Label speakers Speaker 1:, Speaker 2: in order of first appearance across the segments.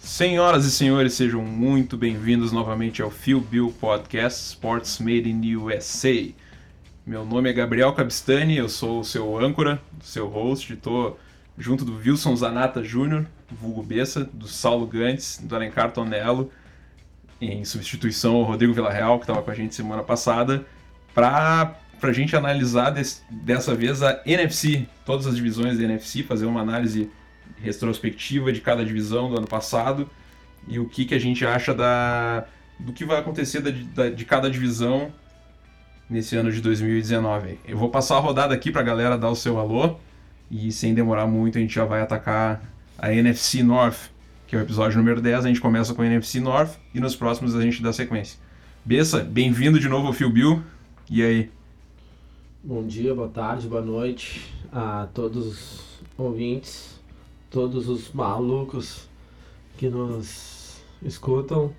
Speaker 1: Senhoras e senhores, sejam muito bem-vindos novamente ao Phil Bill Podcast Sports Made in USA. Meu nome é Gabriel Cabistani, eu sou o seu âncora, seu host, estou junto do Wilson Zanata Jr., vulgo Bessa, do Saulo Gantes, do Alencar Tonello, em substituição ao Rodrigo Villarreal, que estava com a gente semana passada, para a gente analisar des- dessa vez a NFC, todas as divisões da NFC, fazer uma análise retrospectiva de cada divisão do ano passado e o que, que a gente acha da, do que vai acontecer da, da- de cada divisão nesse ano de 2019. Eu vou passar a rodada aqui para a galera dar o seu alô e sem demorar muito a gente já vai atacar a NFC North, que é o episódio número 10. A gente começa com a NFC North e nos próximos a gente dá sequência. Bessa, bem-vindo de novo ao Phil Bill. E aí?
Speaker 2: Bom dia, boa tarde, boa noite a todos os ouvintes, todos os malucos que nos escutam.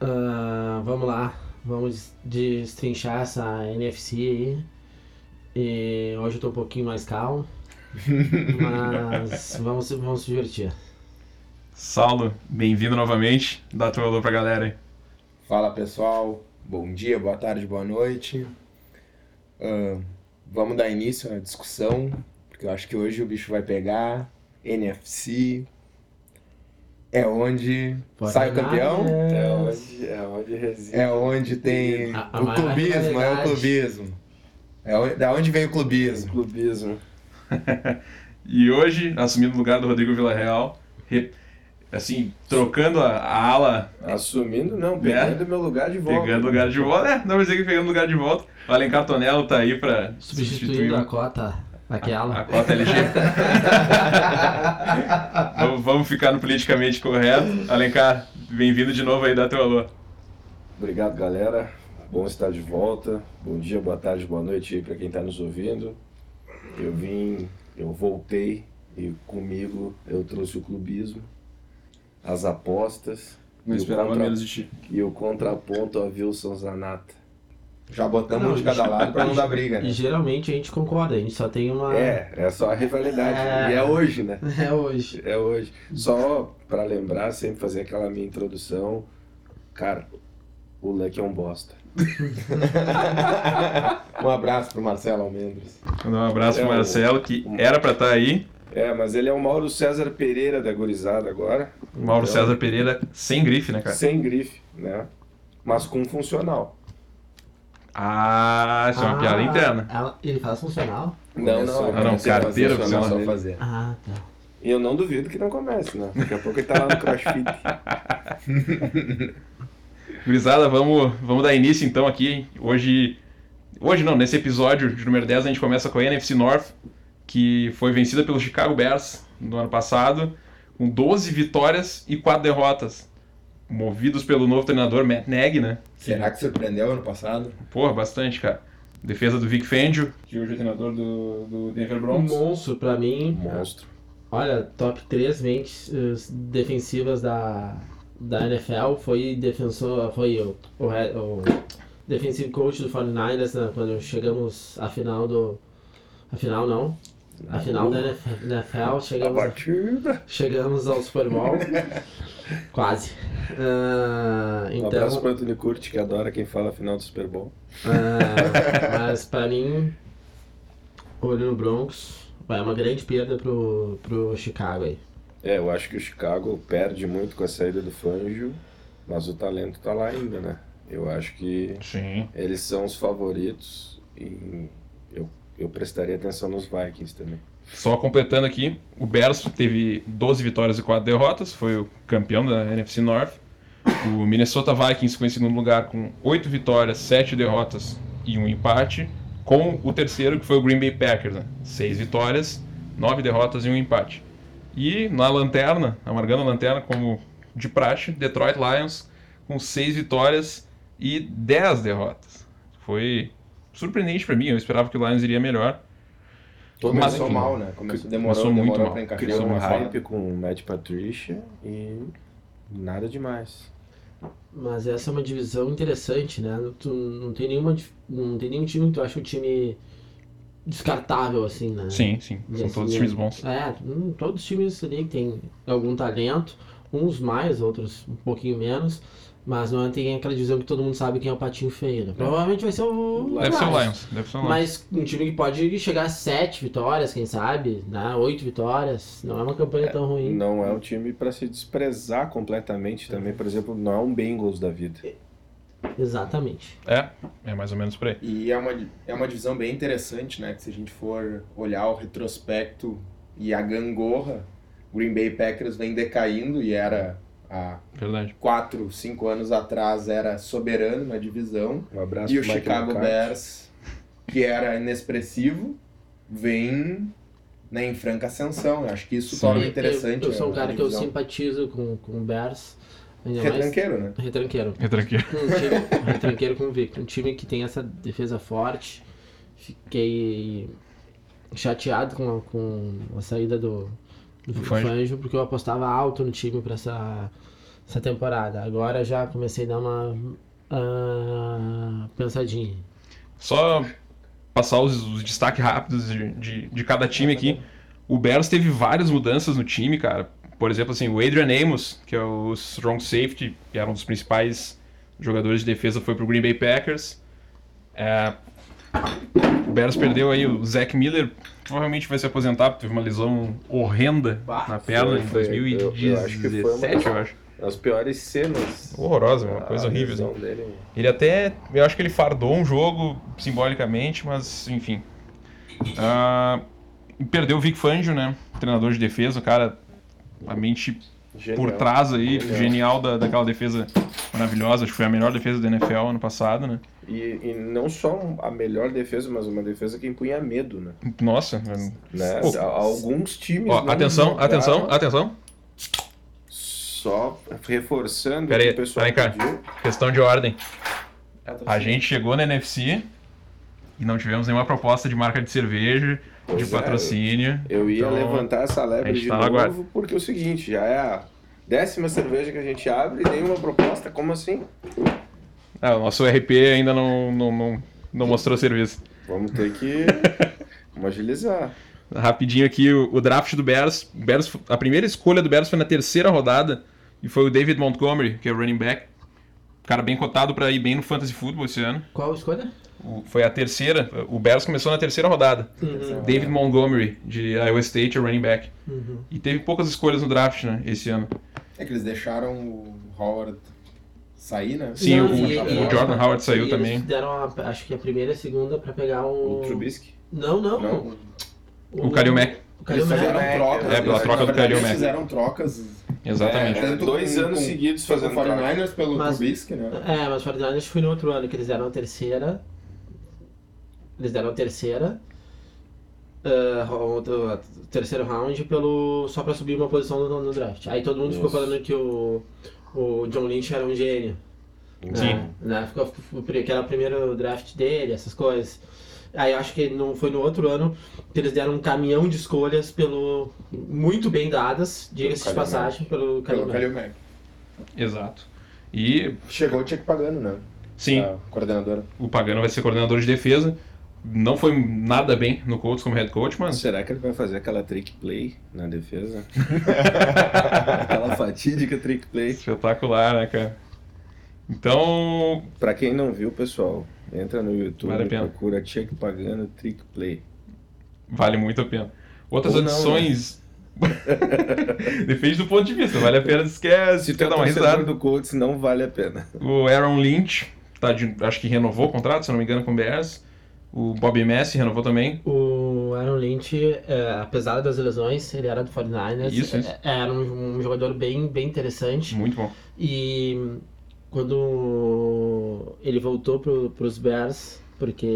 Speaker 2: Ah, vamos lá, vamos destrinchar essa NFC aí. E hoje eu tô um pouquinho mais calmo, mas vamos, vamos se divertir.
Speaker 1: Saulo, bem-vindo novamente. Dá teu alô pra galera aí.
Speaker 3: Fala pessoal, bom dia, boa tarde, boa noite. Ahn, vamos dar início à discussão, porque eu acho que hoje o bicho vai pegar. NFC é onde sai o campeão,
Speaker 2: né?
Speaker 4: É
Speaker 2: Fortnite.
Speaker 4: onde, é onde reside.
Speaker 3: é onde tem
Speaker 2: A- a
Speaker 3: o
Speaker 2: maior
Speaker 3: clubismo, é o
Speaker 2: rivalidade.
Speaker 3: clubismo. É o- da onde vem o
Speaker 4: o
Speaker 3: clubismo?
Speaker 4: clubismo.
Speaker 1: E hoje, assumindo o lugar do Rodrigo Villarreal, re- assim, trocando a, a ala,
Speaker 4: Assumindo, não, pegando meu lugar de volta.
Speaker 1: pegando o lugar de volta. É, não pensei que pegando o lugar de volta. O Alencar Tonello tá aí pra
Speaker 2: Substituindo
Speaker 1: substituir
Speaker 2: a
Speaker 1: a,
Speaker 2: cota daquela.
Speaker 1: a cota LG. vamos, vamos ficar no politicamente correto. Alencar, bem-vindo de novo aí, dá teu alô.
Speaker 4: Obrigado, galera. Bom estar de volta. Bom dia, boa tarde, boa noite aí pra quem tá nos ouvindo. Eu vim, eu voltei e comigo eu trouxe o clubismo, as apostas e o contra-
Speaker 1: de ti.
Speaker 4: e o contraponto a Wilson Zanata.
Speaker 3: Já botamos
Speaker 2: Não,
Speaker 3: um de cada
Speaker 2: gente,
Speaker 3: lado pra não
Speaker 2: gente,
Speaker 3: dar briga, né?
Speaker 2: E geralmente a gente concorda, a gente só tem uma.
Speaker 4: É, é só a rivalidade.
Speaker 2: Ah. É.
Speaker 4: E é hoje, né?
Speaker 2: É hoje.
Speaker 4: É hoje. Só pra lembrar, sempre fazer aquela minha introdução. Cara, o Luck é um bosta.
Speaker 3: Um abraço pro Marcelo Almendros.
Speaker 1: Mandar um abraço
Speaker 4: É
Speaker 1: pro
Speaker 4: o-
Speaker 1: Marcelo, que era pra estar aí.
Speaker 4: É, mas ele é o Mauro César Pereira da gurizada agora.
Speaker 1: Mauro
Speaker 4: Então,
Speaker 1: César Pereira sem grife, né, cara?
Speaker 4: Sem grife, né? Mas com funcional.
Speaker 1: Ah, isso é uma
Speaker 2: Ah,
Speaker 1: piada interna.
Speaker 2: ela- ele faz funcional?
Speaker 4: Não, Ah,
Speaker 3: Começou,
Speaker 4: não,
Speaker 1: não,
Speaker 3: comecei a fazer
Speaker 1: carteira
Speaker 3: funcionar,
Speaker 1: funcional
Speaker 3: só
Speaker 1: dele.
Speaker 3: fazer.
Speaker 2: Ah, tá.
Speaker 4: E eu não duvido que não comece, né? Daqui a pouco ele tá lá no crossfit.
Speaker 1: Grisada, vamos, vamos dar início então aqui. Hoje, hoje não, nesse episódio de número 10 a gente começa com a NFC North, que foi vencida pelo Chicago Bears no ano passado, com 12 vitórias e 4 derrotas. Movidos pelo novo treinador Matt Nagy, né?
Speaker 3: Será que surpreendeu ano passado?
Speaker 1: Porra, bastante, cara. Defesa do Vic Fangio, que hoje é treinador do, do Denver
Speaker 2: Um monstro pra mim.
Speaker 4: Monstro.
Speaker 2: Olha, top 3 mentes eh, defensivas da, da NFL. Foi defensor. Foi o, o, re- o defensive coach do 49ers né, quando chegamos à final do. A final não. A final da NFL.
Speaker 4: A
Speaker 2: Chegamos
Speaker 4: partida.
Speaker 2: Chegamos ao Super Bowl. Quase. Ah,
Speaker 4: Um
Speaker 2: então,
Speaker 4: abraço pro Anthony Curti, que adora quem fala final do Super Bowl.
Speaker 2: ah, mas pra mim, olho no Broncos, vai é uma grande perda pro, pro Chicago aí.
Speaker 4: É, eu acho que o Chicago perde muito com a saída do Fangio, mas o talento tá lá ainda, né? Eu acho que
Speaker 1: Sim.
Speaker 4: eles são os favoritos e eu, eu prestaria atenção nos Vikings também.
Speaker 1: Só completando aqui, o Bears teve 12 vitórias e 4 derrotas, foi o campeão da NFC North. O Minnesota Vikings ficou em segundo lugar com 8 vitórias, 7 derrotas e um empate, com o terceiro que foi o Green Bay Packers, né? 6 vitórias, 9 derrotas e um empate. E na lanterna, amargando a lanterna como de praxe, Detroit Lions com 6 vitórias e 10 derrotas. Foi surpreendente para mim, eu esperava que o Lions iria melhor.
Speaker 3: Todo
Speaker 1: Mas,
Speaker 3: começou
Speaker 1: enfim,
Speaker 3: mal, né? Começou, demorou,
Speaker 1: começou muito
Speaker 3: demorou
Speaker 1: mal.
Speaker 3: pra encaixar.
Speaker 4: Criou um
Speaker 3: Começou mal.
Speaker 4: hype com o Matt Patricia e nada demais.
Speaker 2: Mas essa é uma divisão interessante, né? Não- Tu, não, tem nenhuma, dif- não tem nenhum time que tu acha um time descartável, assim, né?
Speaker 1: Sim, sim, são
Speaker 2: Yes,
Speaker 1: todos
Speaker 2: yes.
Speaker 1: times bons.
Speaker 2: É, hum, todos os times ali tem algum talento. uns mais, outros um pouquinho menos. Mas não tem aquela divisão que todo mundo sabe quem é o patinho feio, né? Provavelmente vai ser o.
Speaker 1: Deve ser o
Speaker 2: Lions.
Speaker 1: Lions. Deve ser o Lions.
Speaker 2: Mas um time que pode chegar a sete vitórias, quem sabe, né? Oito vitórias. Não é uma campanha tão ruim.
Speaker 4: Não é um time para se desprezar completamente também. Por exemplo, não é um Bengals da vida.
Speaker 2: Exatamente.
Speaker 1: É, é mais ou menos por aí.
Speaker 3: E é uma, é uma divisão bem interessante, né? Que se a gente for olhar o retrospecto e a gangorra, Green Bay Packers vem decaindo e era há
Speaker 1: Verdade.
Speaker 3: 4, 5 anos atrás era soberano na divisão.
Speaker 4: Um abraço
Speaker 3: E o
Speaker 4: pro Mike
Speaker 3: Chicago
Speaker 4: McCarthy.
Speaker 3: Bears, que era inexpressivo, vem né, em franca ascensão. Eu acho que isso
Speaker 1: Sim.
Speaker 3: torna
Speaker 2: Eu-
Speaker 3: interessante.
Speaker 2: Eu, eu sou um
Speaker 3: a
Speaker 2: cara que eu
Speaker 3: divisão.
Speaker 2: simpatizo com, com o Bears. Ainda mais.
Speaker 3: Retranqueiro, né?
Speaker 2: Retranqueiro.
Speaker 1: Retranqueiro.
Speaker 2: Um time, retranqueiro convicto. Um time que tem essa defesa forte. Fiquei chateado com a, com a saída do, do
Speaker 1: Fangio.
Speaker 2: Fangio, porque eu apostava alto no time pra essa, essa temporada. Agora já comecei a dar uma ah, pensadinha.
Speaker 1: Só passar os, os destaques rápidos de, de, de cada time aqui. O Bears teve várias mudanças no time, cara. Por exemplo, assim, o Adrian Amos, que é o strong safety, que era um dos principais jogadores de defesa, foi pro Green Bay Packers. É, o Bears perdeu aí o Zach Miller, provavelmente vai se aposentar, porque teve uma lesão horrenda
Speaker 3: Bah,
Speaker 1: na perna em
Speaker 4: foi- foi- eu- eu acho que foi uma-
Speaker 1: 2017, eu acho.
Speaker 4: É As piores cenas.
Speaker 1: Horrorosa, uma coisa
Speaker 4: A
Speaker 1: horrível. assim.
Speaker 4: visão dele.
Speaker 1: Ele até. Eu acho que ele fardou um jogo simbolicamente, mas enfim. Ah, e perdeu o Vic Fangio, né? Treinador de defesa, o cara. A mente
Speaker 4: Genial.
Speaker 1: por trás aí,
Speaker 4: Genial.
Speaker 1: genial da, daquela defesa maravilhosa. Acho que foi a melhor defesa da NFL ano passado, né?
Speaker 4: E, e não só um- a melhor defesa, mas uma defesa que impunha medo, né?
Speaker 1: Nossa.
Speaker 4: Né?
Speaker 1: Pô.
Speaker 4: A- Alguns times.
Speaker 1: Ó,
Speaker 4: né? não
Speaker 1: atenção,
Speaker 4: jogaram,
Speaker 1: atenção, atenção.
Speaker 4: Só reforçando
Speaker 1: Pera
Speaker 4: o que
Speaker 1: aí,
Speaker 4: o pessoal
Speaker 1: pera aí,
Speaker 4: pediu.
Speaker 1: Questão de ordem.
Speaker 4: É, tá
Speaker 1: A gente chegou na NFC e não tivemos nenhuma proposta de marca de cerveja, de
Speaker 4: Pois é,
Speaker 1: patrocínio.
Speaker 4: Eu ia
Speaker 1: Então,
Speaker 4: levantar essa
Speaker 1: a
Speaker 4: lebre
Speaker 1: gente
Speaker 4: de
Speaker 1: tá no
Speaker 4: novo,
Speaker 1: aguardo.
Speaker 4: porque é o seguinte, já é a décima cerveja que a gente abre e nenhuma proposta, como assim?
Speaker 1: Ah, o nosso RP ainda não, não, não, não mostrou serviço.
Speaker 4: Vamos ter que vamos agilizar.
Speaker 1: Rapidinho aqui, o, o draft do Bears. O Bears. A primeira escolha do Bears foi na terceira rodada e foi o David Montgomery, que é o running back. Cara bem cotado pra ir bem no fantasy football esse ano.
Speaker 2: Qual a escolha?
Speaker 1: O- foi a terceira. O Bears começou na terceira rodada. David Montgomery, de Iowa State, é running back.
Speaker 2: Uhum.
Speaker 1: E teve poucas escolhas no draft, né, esse ano.
Speaker 3: É que eles deixaram o Howard sair, né?
Speaker 1: Sim,
Speaker 2: Não,
Speaker 1: o-
Speaker 2: e-
Speaker 1: o
Speaker 2: e-
Speaker 1: Jordan Howard
Speaker 2: e
Speaker 1: saiu
Speaker 2: eles
Speaker 1: também.
Speaker 2: Deram a- acho que a primeira e a segunda pra pegar o.
Speaker 4: O Trubisky?
Speaker 2: Não, não.
Speaker 4: Não.
Speaker 1: O Kalil Mack.
Speaker 2: O Kalil
Speaker 3: Eles fizeram
Speaker 2: Mack.
Speaker 4: Mack,
Speaker 3: trocas.
Speaker 4: é, pela
Speaker 3: eles-
Speaker 1: troca
Speaker 3: na
Speaker 1: do
Speaker 3: verdade,
Speaker 1: Kalil
Speaker 3: eles
Speaker 1: Mack.
Speaker 3: fizeram trocas
Speaker 1: Exatamente.
Speaker 4: É, dois anos seguidos fazendo
Speaker 3: pelo 49ers pelo
Speaker 2: Mas-
Speaker 3: Trubisky, né?
Speaker 2: É, mas o 49ers foi no outro ano que eles deram a terceira. Eles deram a terceira. ah, ro- do- a terceiro round pelo, só pra subir uma posição no, no draft. Aí todo mundo ficou
Speaker 4: Isso.
Speaker 2: falando que o, o John Lynch era um gênio. né?
Speaker 1: Sim.
Speaker 2: Né? Ficou, ficou- que era o primeiro draft dele, essas coisas. Aí eu acho que não foi no outro ano que eles deram um caminhão de escolhas pelo. muito bem dadas, diga-se de
Speaker 4: Kalil Mack.
Speaker 2: passagem, pelo
Speaker 3: Pelo
Speaker 2: Calil.
Speaker 3: Kalil Mack.
Speaker 1: Exato. E,
Speaker 4: É.
Speaker 3: Chegou o Tchek pagando, né?
Speaker 1: sim,
Speaker 4: Tá.
Speaker 3: A coordenadora.
Speaker 1: o Pagano vai ser coordenador de defesa. Não foi nada bem no Colts como head coach, mas
Speaker 4: Será que ele vai fazer aquela trick play na defesa? aquela fatídica trick play.
Speaker 1: Espetacular, né, cara? Então,
Speaker 4: Pra quem não viu, pessoal, entra no YouTube,
Speaker 1: Vale a
Speaker 4: e
Speaker 1: pena.
Speaker 4: procura Check Pagano Trick Play.
Speaker 1: vale muito a pena. Outras
Speaker 4: Ou não, né?
Speaker 1: adições. Depende do ponto de vista, vale a pena se quer, se
Speaker 4: Se
Speaker 1: quer
Speaker 4: tu
Speaker 1: dar uma
Speaker 4: é
Speaker 1: risada.
Speaker 4: torcedor do Colts, não vale a pena.
Speaker 1: O Aaron Lynch, tá de- acho que renovou o contrato, se eu não me engano, com o Bears. O Bob Messi renovou também.
Speaker 2: O Aaron Lynch, é, apesar das lesões, ele era do 49ers.
Speaker 1: Isso, isso.
Speaker 2: é- Era um, um jogador bem, bem interessante.
Speaker 1: Muito bom.
Speaker 2: E quando ele voltou para os Bears, porque.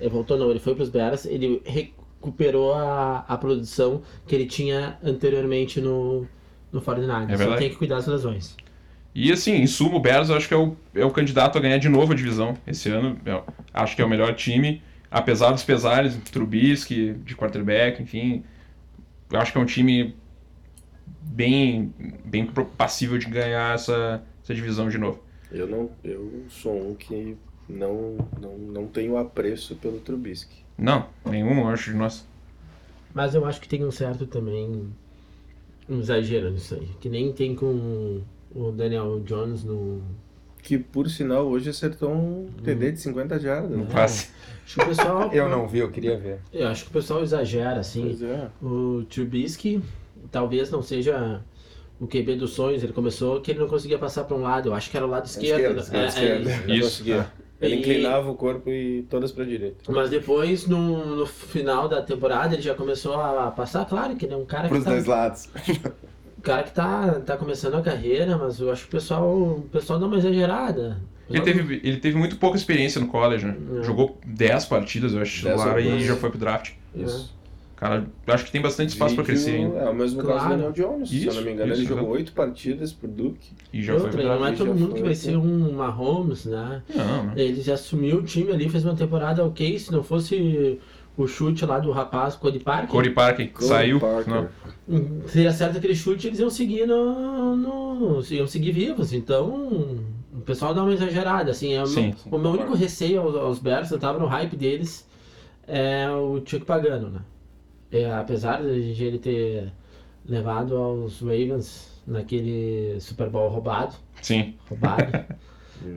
Speaker 2: Ele voltou, não, ele foi para os Bears, ele recuperou a, a produção que ele tinha anteriormente no, no 49ers.
Speaker 1: É
Speaker 2: Só
Speaker 1: verdade.
Speaker 2: tem que cuidar das lesões.
Speaker 1: E assim, em suma, o Bears eu acho que é o, é o candidato a ganhar de novo a divisão esse ano. Eu acho que é o melhor time, apesar dos pesares, Trubisky, de quarterback, enfim. Eu acho que é um time bem, bem pro- passível de ganhar essa, essa divisão de novo.
Speaker 4: Eu não, eu sou um que não, não, não tenho apreço pelo Trubisky.
Speaker 1: Não, nenhum, eu acho que nós.
Speaker 2: Mas eu acho que tem um certo também. um exagero nisso aí. Que nem tem com o Daniel Jones no.
Speaker 5: Que por sinal hoje acertou um TD de 50 jardas.
Speaker 1: Não
Speaker 5: né?
Speaker 1: passe.
Speaker 2: Acho que o pessoal.
Speaker 3: Eu não vi, eu queria ver.
Speaker 2: Eu acho que o pessoal exagera, assim.
Speaker 5: Pois é.
Speaker 2: O Trubisky talvez não seja o QB dos sonhos. Ele começou que ele não conseguia passar para um lado. Eu acho que era o lado esquerdo.
Speaker 3: Esquerda, esquerda,
Speaker 2: É, é,
Speaker 3: esquerda.
Speaker 5: Não
Speaker 1: Isso.
Speaker 5: conseguia. Ele
Speaker 2: E-
Speaker 5: inclinava o corpo e todas pra direita.
Speaker 2: Mas depois, no, no final da temporada, ele já começou a passar. Claro que ele é um cara que
Speaker 3: Pros
Speaker 2: tá,
Speaker 3: dois lados.
Speaker 2: um cara que tá, tá começando a carreira, mas eu acho que o pessoal, o pessoal dá uma exagerada.
Speaker 1: Ele teve, ele teve muito pouca experiência no college, né?
Speaker 2: Hum.
Speaker 1: Jogou 10 partidas, eu acho,
Speaker 4: Dez
Speaker 1: lá
Speaker 4: ou
Speaker 1: e
Speaker 4: doze.
Speaker 1: já foi pro draft.
Speaker 4: Isso.
Speaker 1: Cara, eu acho que tem bastante espaço É pra
Speaker 5: E
Speaker 1: crescer
Speaker 5: que o-
Speaker 1: ainda.
Speaker 5: É o mesmo caso do
Speaker 2: Claro.
Speaker 5: Daniel Jones, se eu não
Speaker 1: Isso,
Speaker 5: me engano.
Speaker 1: isso,
Speaker 5: ele jogou
Speaker 1: exato.
Speaker 5: oito partidas por Duke.
Speaker 1: E já foi
Speaker 2: Outra,
Speaker 1: pro
Speaker 2: não é
Speaker 5: já
Speaker 2: todo mundo que
Speaker 5: foi,
Speaker 2: vai
Speaker 5: sim.
Speaker 2: ser um Mahomes, né?
Speaker 1: Não, né?
Speaker 2: Ele já assumiu o time ali, fez uma temporada ok, se não fosse o chute lá do rapaz Cody Parker,
Speaker 1: Corey Parker
Speaker 4: Cody
Speaker 1: saiu.
Speaker 4: Parker.
Speaker 1: Não.
Speaker 2: se ele acerta aquele chute, eles iam seguir no, no- iam seguir vivos. Então, o pessoal dá uma exagerada, assim, é o
Speaker 1: Sim.
Speaker 2: meu, o meu único receio aos, aos Bears, eu tava no hype deles, é o Chuck Pagano, né? É, apesar de ele ter levado aos Ravens naquele Super Bowl roubado,
Speaker 1: Sim.
Speaker 2: roubado.
Speaker 5: É.